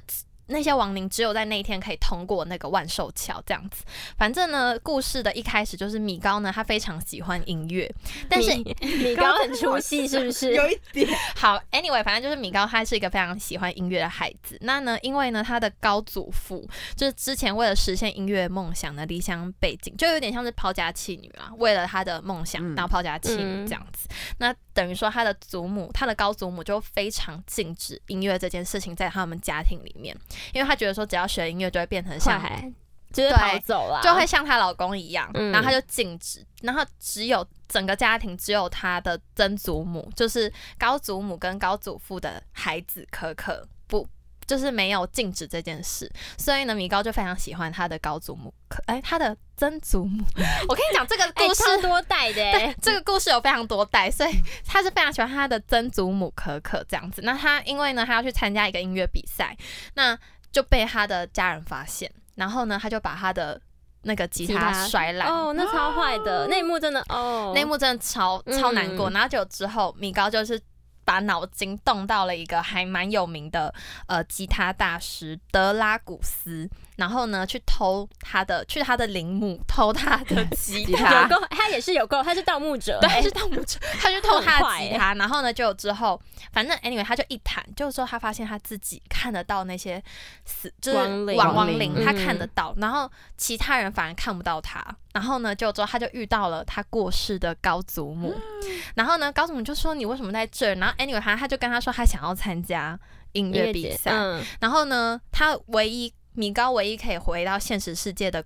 [SPEAKER 1] 那些亡灵只有在那一天可以通过那个万寿桥这样子。反正呢，故事的一开始就是米高呢，他非常喜欢音乐，但是
[SPEAKER 3] 你你刚刚很出戏是
[SPEAKER 1] [laughs]
[SPEAKER 3] 不是？
[SPEAKER 2] 有一点
[SPEAKER 1] 好，anyway，反正就是米高他是一个非常喜欢音乐的孩子。那呢，因为呢他的高祖父就是之前为了实现音乐梦想呢离乡背井，就有点像是抛家弃女啊，为了他的梦想
[SPEAKER 2] 嗯
[SPEAKER 1] 然后抛家弃
[SPEAKER 3] 嗯
[SPEAKER 1] 女这样子。那等于说他的祖母，他的高祖母就非常禁止音乐这件事情在他们家庭里面，因为他觉得说只要学音乐就会变成
[SPEAKER 3] 坏
[SPEAKER 1] 像
[SPEAKER 3] 孩就是
[SPEAKER 1] 对
[SPEAKER 3] 跑走了，
[SPEAKER 1] 就会像她老公一样，
[SPEAKER 3] 啊嗯
[SPEAKER 1] 然后她就禁止，然后只有整个家庭只有她的曾祖母，就是高祖母跟高祖父的孩子可可不。就是没有禁止这件事，所以呢，米高就非常喜欢她的高祖母，可哎，她的曾祖母。我跟你讲，这个
[SPEAKER 3] [laughs] 哎
[SPEAKER 1] 故事、
[SPEAKER 3] 超多代的欸
[SPEAKER 1] 对，这个故事有非常多代，所以他是非常喜欢他的曾祖母可可这样子。那他因为呢，他要去参加一个音乐比赛，那就被他的家人发现，然后呢，他就把他的那个吉
[SPEAKER 3] 吉
[SPEAKER 1] 他
[SPEAKER 3] 他
[SPEAKER 1] 摔烂。
[SPEAKER 3] 哦，那超坏的那一幕真的哦，
[SPEAKER 1] 那一幕真的超超难过，
[SPEAKER 3] 嗯
[SPEAKER 1] 然后就之后米高就是把脑筋动到了一个还蛮有名的呃吉他大师德拉古斯，然后呢去偷他的去他的陵墓偷他的吉
[SPEAKER 2] 吉
[SPEAKER 1] 他，
[SPEAKER 2] 他
[SPEAKER 3] 有够，他也是有够，他是盗墓者
[SPEAKER 1] 对，
[SPEAKER 3] 欸，
[SPEAKER 1] 他去盗墓者，他去偷他
[SPEAKER 3] 很
[SPEAKER 1] 的
[SPEAKER 3] 坏欸
[SPEAKER 1] 吉他，然后呢，就有之后，反正 anyway，他就一谈，就是说他发现他自己看得到那些死，就是
[SPEAKER 3] 亡灵
[SPEAKER 1] 亡
[SPEAKER 2] 亡
[SPEAKER 1] 亡灵
[SPEAKER 2] 灵，
[SPEAKER 1] 他
[SPEAKER 3] 嗯
[SPEAKER 1] 看得到，然后其他人反而看不到他。然后呢，就之后他就遇到了他过世的高祖母，
[SPEAKER 3] 嗯
[SPEAKER 1] 然后呢，高祖母就说你为什么在这儿？然后 anyway，他他就跟他说他想要参加音
[SPEAKER 3] 音
[SPEAKER 1] 乐
[SPEAKER 3] 乐
[SPEAKER 1] 比
[SPEAKER 3] 节，
[SPEAKER 1] 赛，
[SPEAKER 3] 嗯，
[SPEAKER 1] 然后呢，他唯一米高唯一可以回到现实世界的。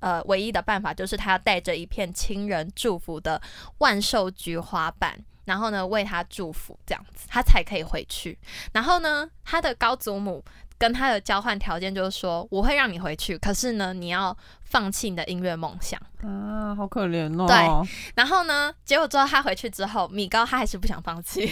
[SPEAKER 1] 呃，唯一的办法就是他要带着一片亲人祝福的万寿菊花瓣，然后呢为他祝福，这样子他才可以回去。然后呢，他的高祖母跟他的交换条件就是说，我会让你回去，可是呢，你要放弃你的音乐梦想。
[SPEAKER 2] 啊，好可怜哦。
[SPEAKER 1] 对，然后呢，结果之后他回去之后，米高他还是不想放弃，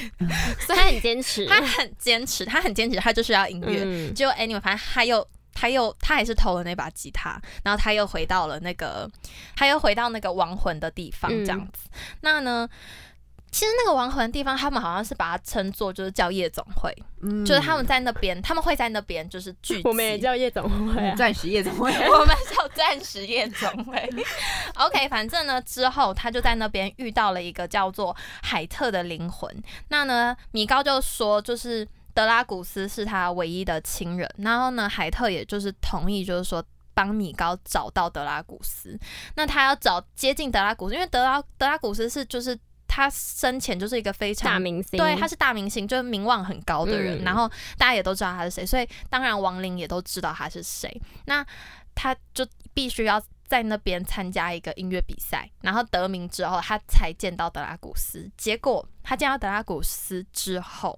[SPEAKER 3] 他很坚持，
[SPEAKER 1] 他很坚持，他很坚持，他就是要音乐。
[SPEAKER 3] 嗯
[SPEAKER 1] 就 anyway，反正他又他又他还是偷了那把吉他，然后他又回到了那个，他又回到那个亡魂的地方
[SPEAKER 3] 嗯
[SPEAKER 1] 这样子。那呢，其实那个亡魂的地方，他们好像是把它称作就是叫夜总会，
[SPEAKER 2] 嗯
[SPEAKER 1] 就是他们在那边，他们会在那边就是聚集。
[SPEAKER 3] 我们也叫夜总会
[SPEAKER 1] 嗯
[SPEAKER 3] 啊，
[SPEAKER 2] 嗯钻石夜总会
[SPEAKER 1] [laughs] 我们叫暂时夜总会。OK，反正呢，之后他就在那边遇到了一个叫做海特的灵魂。那呢，米高就说，就是德拉古斯是他唯一的亲人。然后呢，海特也就是同意，就是说。帮米高找到德拉古斯，那他要找接近德拉古斯，因为德拉德拉古斯是就是他生前就是一个非常
[SPEAKER 3] 大明星，
[SPEAKER 1] 对，他是大明星，就是名望很高的人，
[SPEAKER 3] 嗯
[SPEAKER 1] 然后大家也都知道他是谁，所以当然亡灵也都知道他是谁。那他就必须要在那边参加一个音乐比赛，然后得名之后，他才见到德拉古斯。结果他见到德拉古斯之后，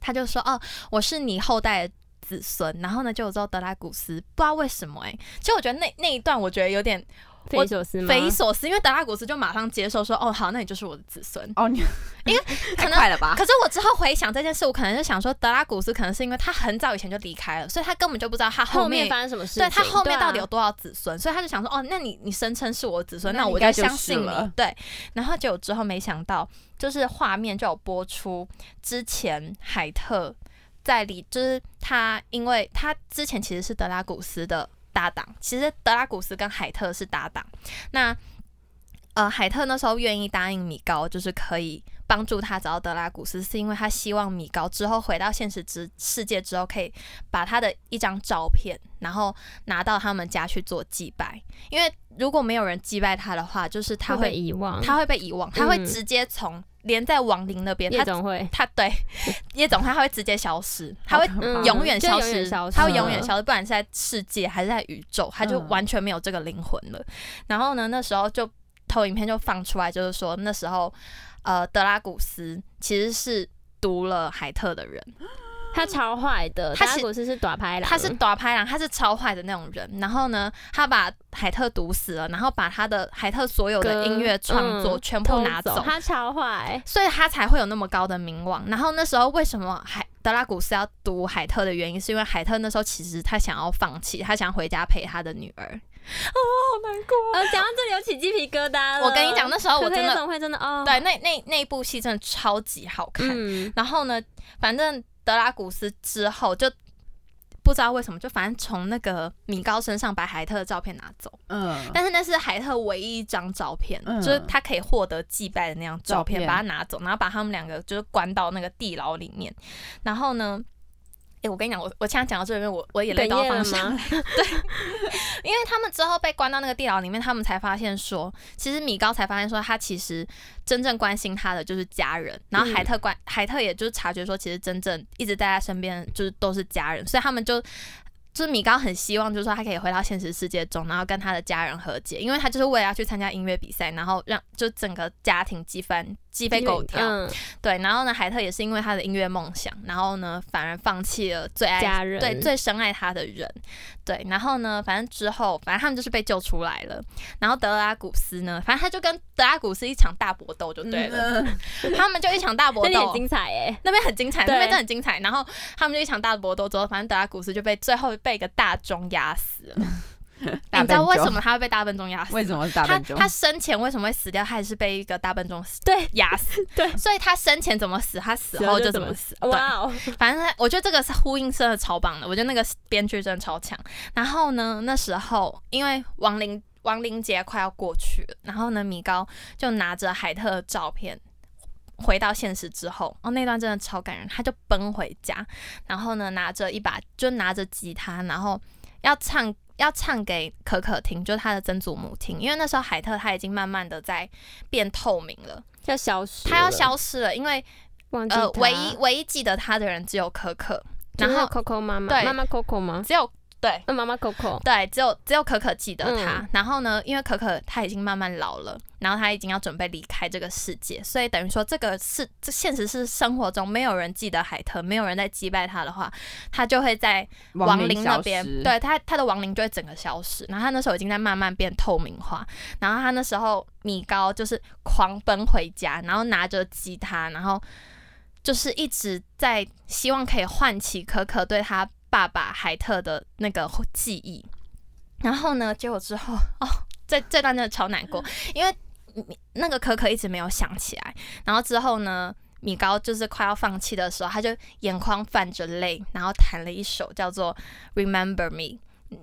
[SPEAKER 1] 他就说：“哦，我是你后代的欸子孙。”然后呢，就有之后德拉古斯不知道为什么哎、其实我觉得那那一段我觉得有点。
[SPEAKER 3] 匪夷所思吗？
[SPEAKER 1] 匪夷所思，因为德拉古斯就马上接受说，哦，好，那你就是我的子孙。
[SPEAKER 2] 哦，你 [laughs]
[SPEAKER 1] 可
[SPEAKER 2] 太
[SPEAKER 1] 能，
[SPEAKER 2] 快了吧？
[SPEAKER 1] 可是我之后回想这件事，我可能就想说，德拉古斯可能是因为他很早以前就离开了，所以他根本就不知道他
[SPEAKER 3] 后
[SPEAKER 1] 面
[SPEAKER 3] 面发生什么事情？
[SPEAKER 1] 对他后面
[SPEAKER 3] 啊
[SPEAKER 1] 到底有多少子孙，所以他就想说，哦，那你你声称是我的子孙，
[SPEAKER 2] 那
[SPEAKER 1] 那
[SPEAKER 2] 应
[SPEAKER 1] 我
[SPEAKER 2] 该就
[SPEAKER 1] 相信
[SPEAKER 2] 是了
[SPEAKER 1] 你。对，然后结果之后没想到，就是画面就有播出之前海特在里，就是他因为他之前其实是德拉古斯的搭档，其实德拉古斯跟海特是搭档，那。呃，海特那时候愿意答应米高，就是可以帮助他找到德拉古斯，是因为他希望米高之后回到现实之世界之后，可以把他的一张照片，然后拿到他们家去做祭拜。因为如果没有人祭拜他的话，就是他
[SPEAKER 3] 会不会
[SPEAKER 1] 会
[SPEAKER 3] 遗忘，
[SPEAKER 1] 他会被遗忘，他会
[SPEAKER 3] 嗯
[SPEAKER 1] 直接从连在亡灵那边，
[SPEAKER 3] 夜
[SPEAKER 1] 他
[SPEAKER 3] 总会
[SPEAKER 1] 他对 [laughs] 叶总他会直接消失，他会
[SPEAKER 2] 好可怕
[SPEAKER 3] 嗯
[SPEAKER 1] 永远
[SPEAKER 3] 就
[SPEAKER 1] 消
[SPEAKER 3] 永远
[SPEAKER 1] 失，
[SPEAKER 3] 消
[SPEAKER 1] 他会
[SPEAKER 3] 失
[SPEAKER 1] 永远
[SPEAKER 3] 了
[SPEAKER 1] 消失，不管是在世界还是在宇宙，他就
[SPEAKER 2] 嗯
[SPEAKER 1] 完全没有这个灵魂了。然后呢，那时候就投影片就放出来，就是说那时候呃德拉古斯其实是毒了海特的
[SPEAKER 3] 嗯
[SPEAKER 1] 人，
[SPEAKER 3] 他超坏的，
[SPEAKER 1] 他
[SPEAKER 3] 他
[SPEAKER 1] 是
[SPEAKER 3] 古斯是短拍啦，
[SPEAKER 1] 他是短拍狼，他是超坏的那种人。然后呢，他把海特毒死了，然后把他的海特所有
[SPEAKER 3] 歌
[SPEAKER 1] 的音乐创作
[SPEAKER 3] 嗯
[SPEAKER 1] 全部
[SPEAKER 3] 偷
[SPEAKER 1] 拿走，
[SPEAKER 3] 他超
[SPEAKER 1] [laughs]
[SPEAKER 3] 坏，
[SPEAKER 1] 所以他才会有那么高的名望。然后那时候为什么海德拉古斯要读海特的原因，是因为海特那时候其实他想要放弃，他想回家陪他的女儿。
[SPEAKER 3] 呃，讲到这里有起鸡皮疙瘩了。
[SPEAKER 1] 我跟你讲，那时候我
[SPEAKER 3] 嗯可可
[SPEAKER 1] 真
[SPEAKER 3] 夜
[SPEAKER 1] 的
[SPEAKER 3] 总会真的哦，
[SPEAKER 1] 对那那那一部戏真的超级好看。
[SPEAKER 3] 嗯，
[SPEAKER 1] 然后呢，反正德拉古斯之后就不知道为什么，就反正从那个米高身上把海特的照片拿走，
[SPEAKER 2] 嗯，
[SPEAKER 1] 但是那是海特唯一一张照片，
[SPEAKER 2] 嗯
[SPEAKER 1] 就是他可以获得祭拜的那张照片，
[SPEAKER 2] 照片
[SPEAKER 1] 把它拿走，然后把他们两个就是关到那个地牢里面。然后呢，诶，我跟你讲，我我现在讲到这边，我我眼泪
[SPEAKER 3] 哽
[SPEAKER 1] 都要
[SPEAKER 3] 咽
[SPEAKER 1] 放
[SPEAKER 3] 了
[SPEAKER 1] 下
[SPEAKER 3] 吗
[SPEAKER 1] 来，对，因为他们之后被关到那个地牢里面，他们才发现说，其实米高才发现说，他其实真正关心他的就是家人，
[SPEAKER 3] 嗯
[SPEAKER 1] 然后海特关、海特也就是察觉说，其实真正一直在他身边就是都是家人，所以他们就就是米高很希望，就是说他可以回到现实世界中，然后跟他的家人和解，因为他就是为了要去参加音乐比赛，然后让就整个家庭鸡翻鸡飞狗跳。
[SPEAKER 3] 嗯，
[SPEAKER 1] 对，然后呢，海特也是因为他的音乐梦想，然后呢，反而放弃了最爱
[SPEAKER 3] 家人
[SPEAKER 1] 哎对最深爱他的人。对，然后呢，反正之后，反正他们就是被救出来了。然后德拉古斯呢，反正他就跟德拉古斯一场大搏斗就对了，
[SPEAKER 2] 嗯，
[SPEAKER 1] [laughs] 他们就一场大搏
[SPEAKER 3] 那里很
[SPEAKER 1] 斗。
[SPEAKER 3] 精彩哎，
[SPEAKER 1] 那边很精彩，那
[SPEAKER 3] 对
[SPEAKER 1] 边真的很精彩。然后他们就一场大搏斗之后，反正德拉古斯就被最后被一个大钟压死了。哎
[SPEAKER 2] 大
[SPEAKER 1] 你知道
[SPEAKER 2] 笨
[SPEAKER 1] 为
[SPEAKER 2] 钟
[SPEAKER 1] 什么？他会被大笨钟压死？
[SPEAKER 2] 为什么是大
[SPEAKER 1] 他
[SPEAKER 2] 笨钟？
[SPEAKER 1] 他生前为什么会死掉？他也是被一个大笨钟死
[SPEAKER 3] 对
[SPEAKER 1] 压死。
[SPEAKER 3] 对
[SPEAKER 1] 所以他生前怎么死，他死
[SPEAKER 3] 死
[SPEAKER 1] 后
[SPEAKER 3] 后
[SPEAKER 1] 就
[SPEAKER 3] 就
[SPEAKER 1] 怎
[SPEAKER 3] 怎
[SPEAKER 1] 么
[SPEAKER 3] 么
[SPEAKER 1] 死。对，
[SPEAKER 3] 哇哦，
[SPEAKER 1] 反正他我觉得这个是呼应真的超棒的，我觉得那个编剧真的超强。然后呢，那时候因为亡灵亡灵节快要过去了，然后呢，米高就拿着海特的照片。回到现实之后，哦，那段真的超感人。他就奔回家，然后呢，拿着一把，就拿着吉他，然后要唱，要唱给可可听，就是他的曾祖母听。因为那时候海特他已经慢慢的在变透明了，
[SPEAKER 3] 要消失了，
[SPEAKER 1] 他要消失了，因为
[SPEAKER 3] 忘记
[SPEAKER 1] 呃，
[SPEAKER 3] 他
[SPEAKER 1] 唯一唯一记得他的人只有可可，
[SPEAKER 3] 就
[SPEAKER 1] 然
[SPEAKER 3] 是
[SPEAKER 1] 后
[SPEAKER 3] Coco 妈妈，
[SPEAKER 1] 对
[SPEAKER 3] 妈妈 Coco 吗？
[SPEAKER 1] 只有对
[SPEAKER 3] 那妈妈 Coco，
[SPEAKER 1] 对，只有只有可可记得他。
[SPEAKER 3] 嗯
[SPEAKER 1] 然后呢，因为可可他已经慢慢老了，然后他已经要准备离开这个世界，所以等于说这个是这现实是生活中没有人记得海特，没有人在击败他的话，他就会在亡灵那
[SPEAKER 2] 消
[SPEAKER 1] 边
[SPEAKER 2] 失，，
[SPEAKER 1] 对他他的亡灵就会整个消失。然后他那时候已经在慢慢变透明化，然后他那时候米高就是狂奔回家，然后拿着吉他，然后就是一直在希望可以唤起可可对他爸爸海特的那个记忆。然后呢，结果之后哦，这这段真的超难过，因为那个可可一直没有想起来。然后之后呢，米高就是快要放弃的时候，他就眼眶泛着泪，然后弹了一首叫做《Remember Me》，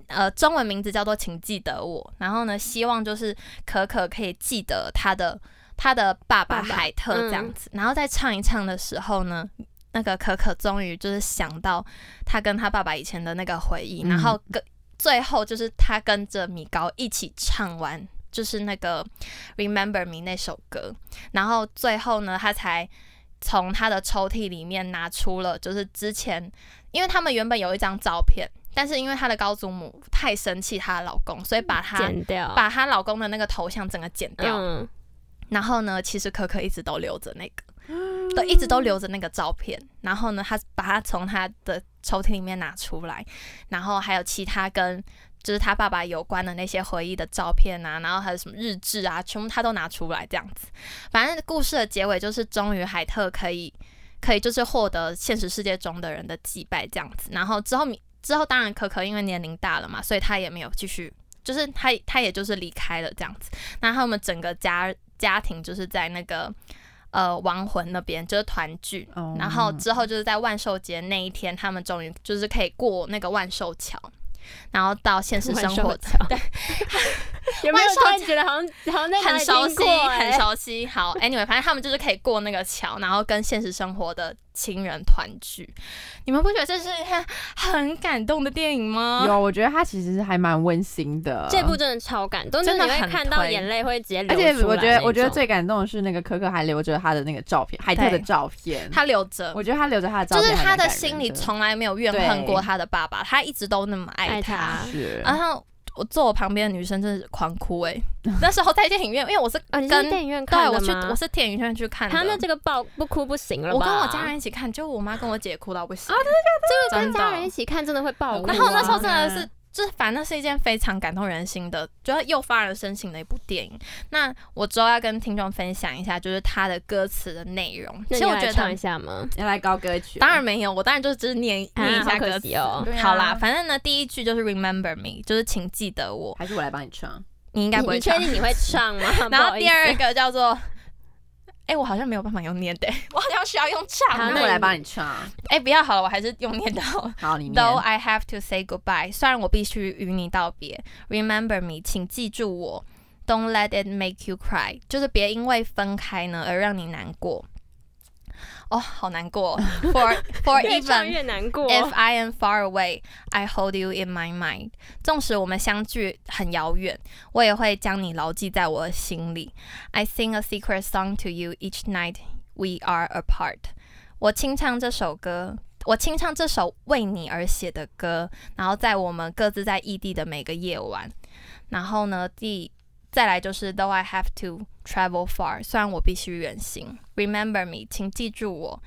[SPEAKER 1] 呃，中文名字叫做《请记得我》。然后呢，希望就是可可可以记得他的他的爸爸
[SPEAKER 3] 爸爸
[SPEAKER 1] 海特这样
[SPEAKER 3] 嗯
[SPEAKER 1] 子。然后在唱一唱的时候呢。那个可可终于就是想到他跟他爸爸以前的那个回忆，
[SPEAKER 3] 嗯
[SPEAKER 1] 然后跟最后就是他跟着米高一起唱完，就是那个《Remember Me》那首歌，然后最后呢，他才从他的抽屉里面拿出了，就是之前，因为他们原本有一张照片，但是因为她的高祖母太生气她的老公，所以把她
[SPEAKER 3] 剪掉，
[SPEAKER 1] 把她老公的那个头像整个剪掉，
[SPEAKER 3] 嗯，
[SPEAKER 1] 然后呢，其实可可一直都留着那个， [gasps] 对，一直都留着那个照片。然后呢，他把它从他的抽屉里面拿出来，然后还有其他跟就是他爸爸有关的那些回忆的照片啊，然后还有什么日志啊，全部他都拿出来这样子。反正故事的结尾就是，终于海特可以可以就是获得现实世界中的人的祭拜这样子。然后之后米之后，当然可可因为年龄大了嘛，所以他也没有继续，就是他他也就是离开了这样子。那他们整个家家庭就是在那个。呃，亡魂那边就是团聚
[SPEAKER 2] 哦
[SPEAKER 1] 然
[SPEAKER 3] 嗯
[SPEAKER 1] 后之后就是在万寿节那一天，他们终于就是可以过那个万寿桥，然后到现实生活中，对，
[SPEAKER 3] 有没有
[SPEAKER 1] 万寿
[SPEAKER 3] 突然觉得好像好像在哪
[SPEAKER 1] [laughs] 很
[SPEAKER 3] 里
[SPEAKER 1] 熟
[SPEAKER 3] [laughs] 听
[SPEAKER 1] 悉，
[SPEAKER 3] 过
[SPEAKER 1] 很
[SPEAKER 3] 欸
[SPEAKER 1] 熟悉。好，anyway，反正他们就是可以过那个桥，然后跟现实生活的亲人团聚。你们不觉得这是一看很感动的电影吗？
[SPEAKER 2] 有，我觉得它其实是还蛮温馨的。
[SPEAKER 3] 这部真的超感动，
[SPEAKER 1] 真的
[SPEAKER 3] 就是你
[SPEAKER 1] 很
[SPEAKER 3] 会看到
[SPEAKER 1] 推
[SPEAKER 3] 眼泪会直接流
[SPEAKER 2] 而
[SPEAKER 3] 出来
[SPEAKER 2] 且
[SPEAKER 3] 那种。
[SPEAKER 2] 我觉得，我觉得最感动的是那个可可还留着他的那个照片，海特的
[SPEAKER 1] 对
[SPEAKER 2] 照片。
[SPEAKER 1] 他留着。
[SPEAKER 2] 我觉得他留着他的照
[SPEAKER 1] 就
[SPEAKER 2] 片
[SPEAKER 1] 是
[SPEAKER 2] 还蛮
[SPEAKER 1] 他
[SPEAKER 2] 感人的，
[SPEAKER 1] 的心里从来没有怨恨过他的爸爸，他一直都那么爱
[SPEAKER 3] 爱他
[SPEAKER 2] 是
[SPEAKER 1] 然后我坐我旁边的女生真是狂哭
[SPEAKER 3] [laughs]
[SPEAKER 1] 哎、那时候在电影院，因为我是
[SPEAKER 3] 哦，你是
[SPEAKER 1] 跟
[SPEAKER 3] 去电影院
[SPEAKER 1] 对
[SPEAKER 3] 看的
[SPEAKER 1] 我去
[SPEAKER 3] 吗
[SPEAKER 1] 我是电影院去看的，
[SPEAKER 3] 他那这个爆不哭不行了吧？
[SPEAKER 1] 我跟我家人一起看，就我妈跟我姐哭到不行，
[SPEAKER 3] 对
[SPEAKER 1] 啊真
[SPEAKER 3] 跟
[SPEAKER 1] 的哦
[SPEAKER 3] 家人一起看真的会爆哭啊。
[SPEAKER 1] 然后那时候真的是，就是反正是一件非常感动人心的，就是又发人深省的一部电影。那我之后要跟听众分享一下，就是它的歌词的内容。其
[SPEAKER 3] 那
[SPEAKER 1] 实
[SPEAKER 3] 你要
[SPEAKER 1] 我
[SPEAKER 3] 来
[SPEAKER 1] 觉
[SPEAKER 3] 唱一
[SPEAKER 1] 得，[laughs]
[SPEAKER 3] 下吗？
[SPEAKER 2] 要来高歌曲，
[SPEAKER 1] 当然没有，我当然就只是念
[SPEAKER 3] 啊
[SPEAKER 1] 念一下
[SPEAKER 3] 好可
[SPEAKER 1] 歌
[SPEAKER 3] 惜
[SPEAKER 1] 词。
[SPEAKER 3] 哦
[SPEAKER 2] 对啊
[SPEAKER 1] 嗯好啦，反正呢，第一句就是 Remember me，就是请记得我。
[SPEAKER 2] 还是我来帮你唱。
[SPEAKER 1] 你应该
[SPEAKER 3] 你
[SPEAKER 1] 不会
[SPEAKER 3] 你确
[SPEAKER 1] 唱。
[SPEAKER 3] 定你会唱吗？
[SPEAKER 1] [laughs] 然
[SPEAKER 3] 不
[SPEAKER 1] 后
[SPEAKER 3] 好
[SPEAKER 1] 第
[SPEAKER 3] 意思
[SPEAKER 1] 二个叫做。哎、我好像没有办法用念的、 [laughs] 我好像需要用唱
[SPEAKER 3] 好
[SPEAKER 1] 的。
[SPEAKER 2] 那
[SPEAKER 3] 那
[SPEAKER 2] 我来
[SPEAKER 3] 你
[SPEAKER 2] 帮你唱。
[SPEAKER 1] 哎、不要好了，我还是用念的好了。
[SPEAKER 2] 好，你念
[SPEAKER 1] Though I have to say goodbye，虽然我必须与你道别，Remember me，请记住我。Don't let it make you cry，就是别因为分开呢而让你难过。哦，好难过
[SPEAKER 3] [laughs]
[SPEAKER 1] 哦。For for
[SPEAKER 3] 越唱
[SPEAKER 1] even
[SPEAKER 3] 越难过。
[SPEAKER 1] if I am far away，I hold you in my mind。纵使我们相距很遥远，我也会将你牢记在我的心里。I sing a secret song to you each night we are apart。我清唱这首歌，我清唱这首为你而写的歌，然后在我们各自在异地的每个夜晚。然后呢，第再来就是 Though I have to travel far，虽然我必须远行，Remember me，请记住我。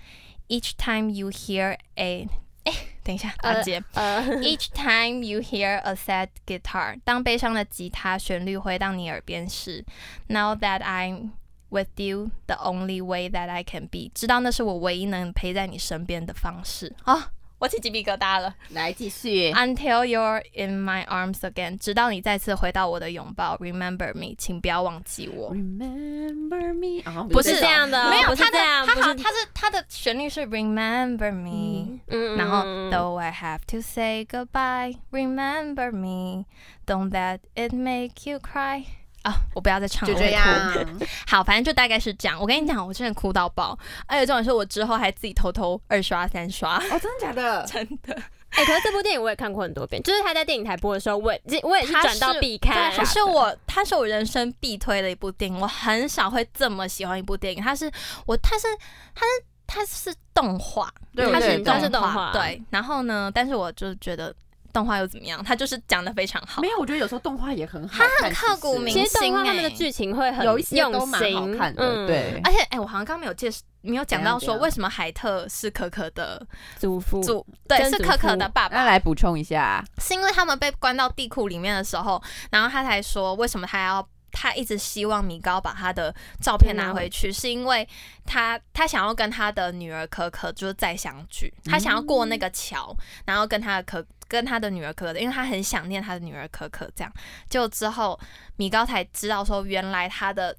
[SPEAKER 1] Each time you hear a，哎，等一下，
[SPEAKER 3] 呃
[SPEAKER 1] 打结。
[SPEAKER 3] 呃，
[SPEAKER 1] [laughs] Each time you hear a sad guitar，当悲伤的吉他旋律回到你耳边时，Now that I'm with you, the only way that I can be，知道那是我唯一能陪在你身边的方式啊、我起鸡皮疙瘩了。
[SPEAKER 2] 来继
[SPEAKER 1] 啊
[SPEAKER 2] 续。
[SPEAKER 1] Until you're in my arms again，直到你再次回到我的拥抱，Remember me，请不要忘记我。
[SPEAKER 2] Remember me，好像
[SPEAKER 1] 不是
[SPEAKER 2] 是这
[SPEAKER 3] 这
[SPEAKER 2] 首
[SPEAKER 3] 样的，哦
[SPEAKER 1] 没有，
[SPEAKER 3] 不是
[SPEAKER 1] 他的
[SPEAKER 3] 这样，
[SPEAKER 1] 他
[SPEAKER 3] 不
[SPEAKER 1] 好像，
[SPEAKER 3] 是，
[SPEAKER 1] 他是他的旋律是 Remember me。
[SPEAKER 3] 嗯
[SPEAKER 1] 然后
[SPEAKER 3] 嗯
[SPEAKER 1] Though I have to say goodbye, remember me, don't let it make you cry。啊，我不要再唱了，
[SPEAKER 2] 就这
[SPEAKER 1] 我会哭。
[SPEAKER 2] 样。
[SPEAKER 1] 好，反正就大概是这样。我跟你讲，我真的哭到爆，而且重点是我之后还自己偷偷二刷三刷， [laughs]
[SPEAKER 2] 哦，真的假的？
[SPEAKER 1] 真的。
[SPEAKER 3] 哎，可是这部电影我也看过很多遍，就是他在电影台播的时候，我也我也是转到必看啊
[SPEAKER 1] 对，它是我，它是我人生必推的一部电影。我很少会这么喜欢一部电影，它是我，它是，它是，它是动画，
[SPEAKER 2] 对
[SPEAKER 1] 它
[SPEAKER 2] 对
[SPEAKER 1] 是
[SPEAKER 2] 对
[SPEAKER 1] 它
[SPEAKER 3] 它是动
[SPEAKER 1] 画，
[SPEAKER 3] 画
[SPEAKER 1] 对。然后呢，但是我就觉得动画又怎么样？它就是讲的非常好
[SPEAKER 2] 没。有，我觉得有时候动画也很好看。
[SPEAKER 1] 它很刻骨
[SPEAKER 2] 其实
[SPEAKER 1] 铭
[SPEAKER 3] 其实动画
[SPEAKER 1] 明星
[SPEAKER 3] 他们的
[SPEAKER 1] 欸
[SPEAKER 3] 剧情会很
[SPEAKER 2] 有一些
[SPEAKER 3] 用
[SPEAKER 2] 都蛮好
[SPEAKER 3] 心
[SPEAKER 2] 看的，
[SPEAKER 3] 嗯
[SPEAKER 2] 对。
[SPEAKER 1] 而且，哎、我好像刚没有介绍，没有讲到
[SPEAKER 2] 怎样怎
[SPEAKER 1] 说
[SPEAKER 2] 样
[SPEAKER 1] 为什么海特是可可的
[SPEAKER 3] 祖父
[SPEAKER 1] 祖，对，
[SPEAKER 3] 曾
[SPEAKER 1] 是
[SPEAKER 3] 祖
[SPEAKER 1] 可可的
[SPEAKER 3] 父
[SPEAKER 1] 爸
[SPEAKER 2] 那
[SPEAKER 1] 爸，
[SPEAKER 2] 来补充一下，
[SPEAKER 1] 是因为他们被关到地库里面的时候，然后他才说为什么他要。他一直希望米高把他的照片拿回去，是因为他他想要跟他的女儿可可就是再相聚，他想要过那个桥，然后跟他的可跟他的女儿可可，因为他很想念他的女儿可可。这样，就之后米高才知道说，原来他的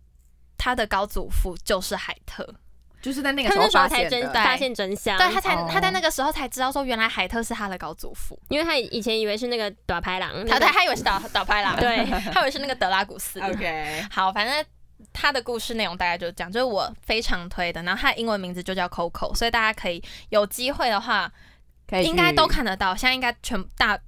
[SPEAKER 1] 他的高祖父就是海特，
[SPEAKER 2] 就是在那个
[SPEAKER 3] 他
[SPEAKER 2] 时
[SPEAKER 3] 那
[SPEAKER 2] 候
[SPEAKER 3] 时候
[SPEAKER 2] 发
[SPEAKER 3] 才
[SPEAKER 2] 现
[SPEAKER 3] 真
[SPEAKER 1] 对
[SPEAKER 2] 的，
[SPEAKER 3] 发现真相，
[SPEAKER 1] 对他才、
[SPEAKER 2] 哦
[SPEAKER 1] 他在那个时候才知道说，原来海特是他的高祖父，
[SPEAKER 3] 因为他以前以为是那个短排狼，
[SPEAKER 1] 他他
[SPEAKER 3] 那个
[SPEAKER 1] 他以为是倒倒拍啦，
[SPEAKER 3] 嗯对，
[SPEAKER 1] [laughs] 他以为是那个德拉古
[SPEAKER 2] [laughs]
[SPEAKER 1] 斯。
[SPEAKER 2] OK，
[SPEAKER 1] [laughs] 好，反正他的故事内容大概就是这样，就是我非常推的。然后他的英文名字就叫 Coco，所以大家可以有机会的话，
[SPEAKER 3] 哎
[SPEAKER 2] 可以
[SPEAKER 1] 应该都
[SPEAKER 2] 去。
[SPEAKER 1] 看得到。现在应该全大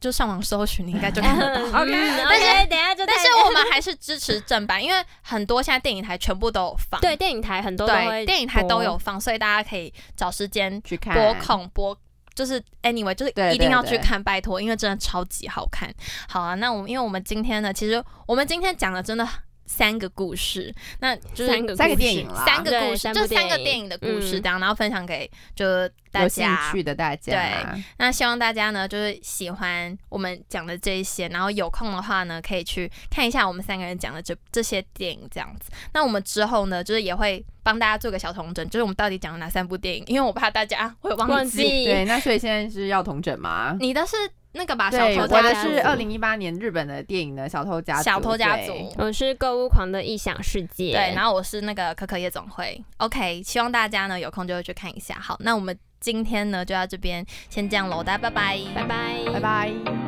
[SPEAKER 1] 就上网搜寻，你应该就
[SPEAKER 3] [laughs]
[SPEAKER 1] 看得 [laughs] 到。
[SPEAKER 3] 嗯
[SPEAKER 1] 但是
[SPEAKER 3] OK，等一下就
[SPEAKER 1] 但是
[SPEAKER 3] 带
[SPEAKER 1] 我们还是支持正版，因为很多现在电影台全部都有放，
[SPEAKER 3] [laughs] 对电影台很多都
[SPEAKER 1] 对，
[SPEAKER 3] 会
[SPEAKER 1] 电影台都
[SPEAKER 3] 播
[SPEAKER 1] 有放，所以大家可以找时间
[SPEAKER 2] 去看
[SPEAKER 1] 播控播，就是 anyway，就是
[SPEAKER 2] 对
[SPEAKER 1] 一定要
[SPEAKER 2] 对
[SPEAKER 1] 去
[SPEAKER 2] 对
[SPEAKER 1] 看，拜托，因为真的超级好看。好啊，那我们因为我们今天呢，其实我们今天讲的真的三个故事，那就是
[SPEAKER 3] 三个
[SPEAKER 2] 三个
[SPEAKER 3] 故事
[SPEAKER 2] 电影啦，
[SPEAKER 1] 三个故
[SPEAKER 3] 对
[SPEAKER 1] 事，
[SPEAKER 3] 三部
[SPEAKER 1] 就三个
[SPEAKER 3] 电影
[SPEAKER 1] 电影的故事
[SPEAKER 3] 嗯
[SPEAKER 1] 这样，然后分享给就是大
[SPEAKER 2] 有兴
[SPEAKER 1] 家。
[SPEAKER 2] 趣的大家，
[SPEAKER 1] 那希望大家呢，就是喜欢我们讲的这一些，然后有空的话呢，可以去看一下我们三个人讲的这这些电影这样子。那我们之后呢，就是也会帮大家做个小统整，就是我们到底讲了哪三部电影，因为我怕大家会忘记。
[SPEAKER 3] 忘记
[SPEAKER 2] 对，那所以现在是要同整吗？
[SPEAKER 1] 你的是那个吧，小
[SPEAKER 2] 对，
[SPEAKER 1] 偷
[SPEAKER 2] 我
[SPEAKER 1] 家
[SPEAKER 2] 的
[SPEAKER 1] 族
[SPEAKER 2] 是二零一八年日本的电影呢，《小偷家族》。
[SPEAKER 1] 小偷家
[SPEAKER 2] 对
[SPEAKER 1] 族，。
[SPEAKER 3] 我是购物狂的异想世界，
[SPEAKER 1] 对，然后我是那个可可夜总会。OK，希望大家呢有空就会去看一下。好，那我们今天呢就到这边，先这样喽，大家拜拜，
[SPEAKER 3] 拜拜，
[SPEAKER 2] 拜拜。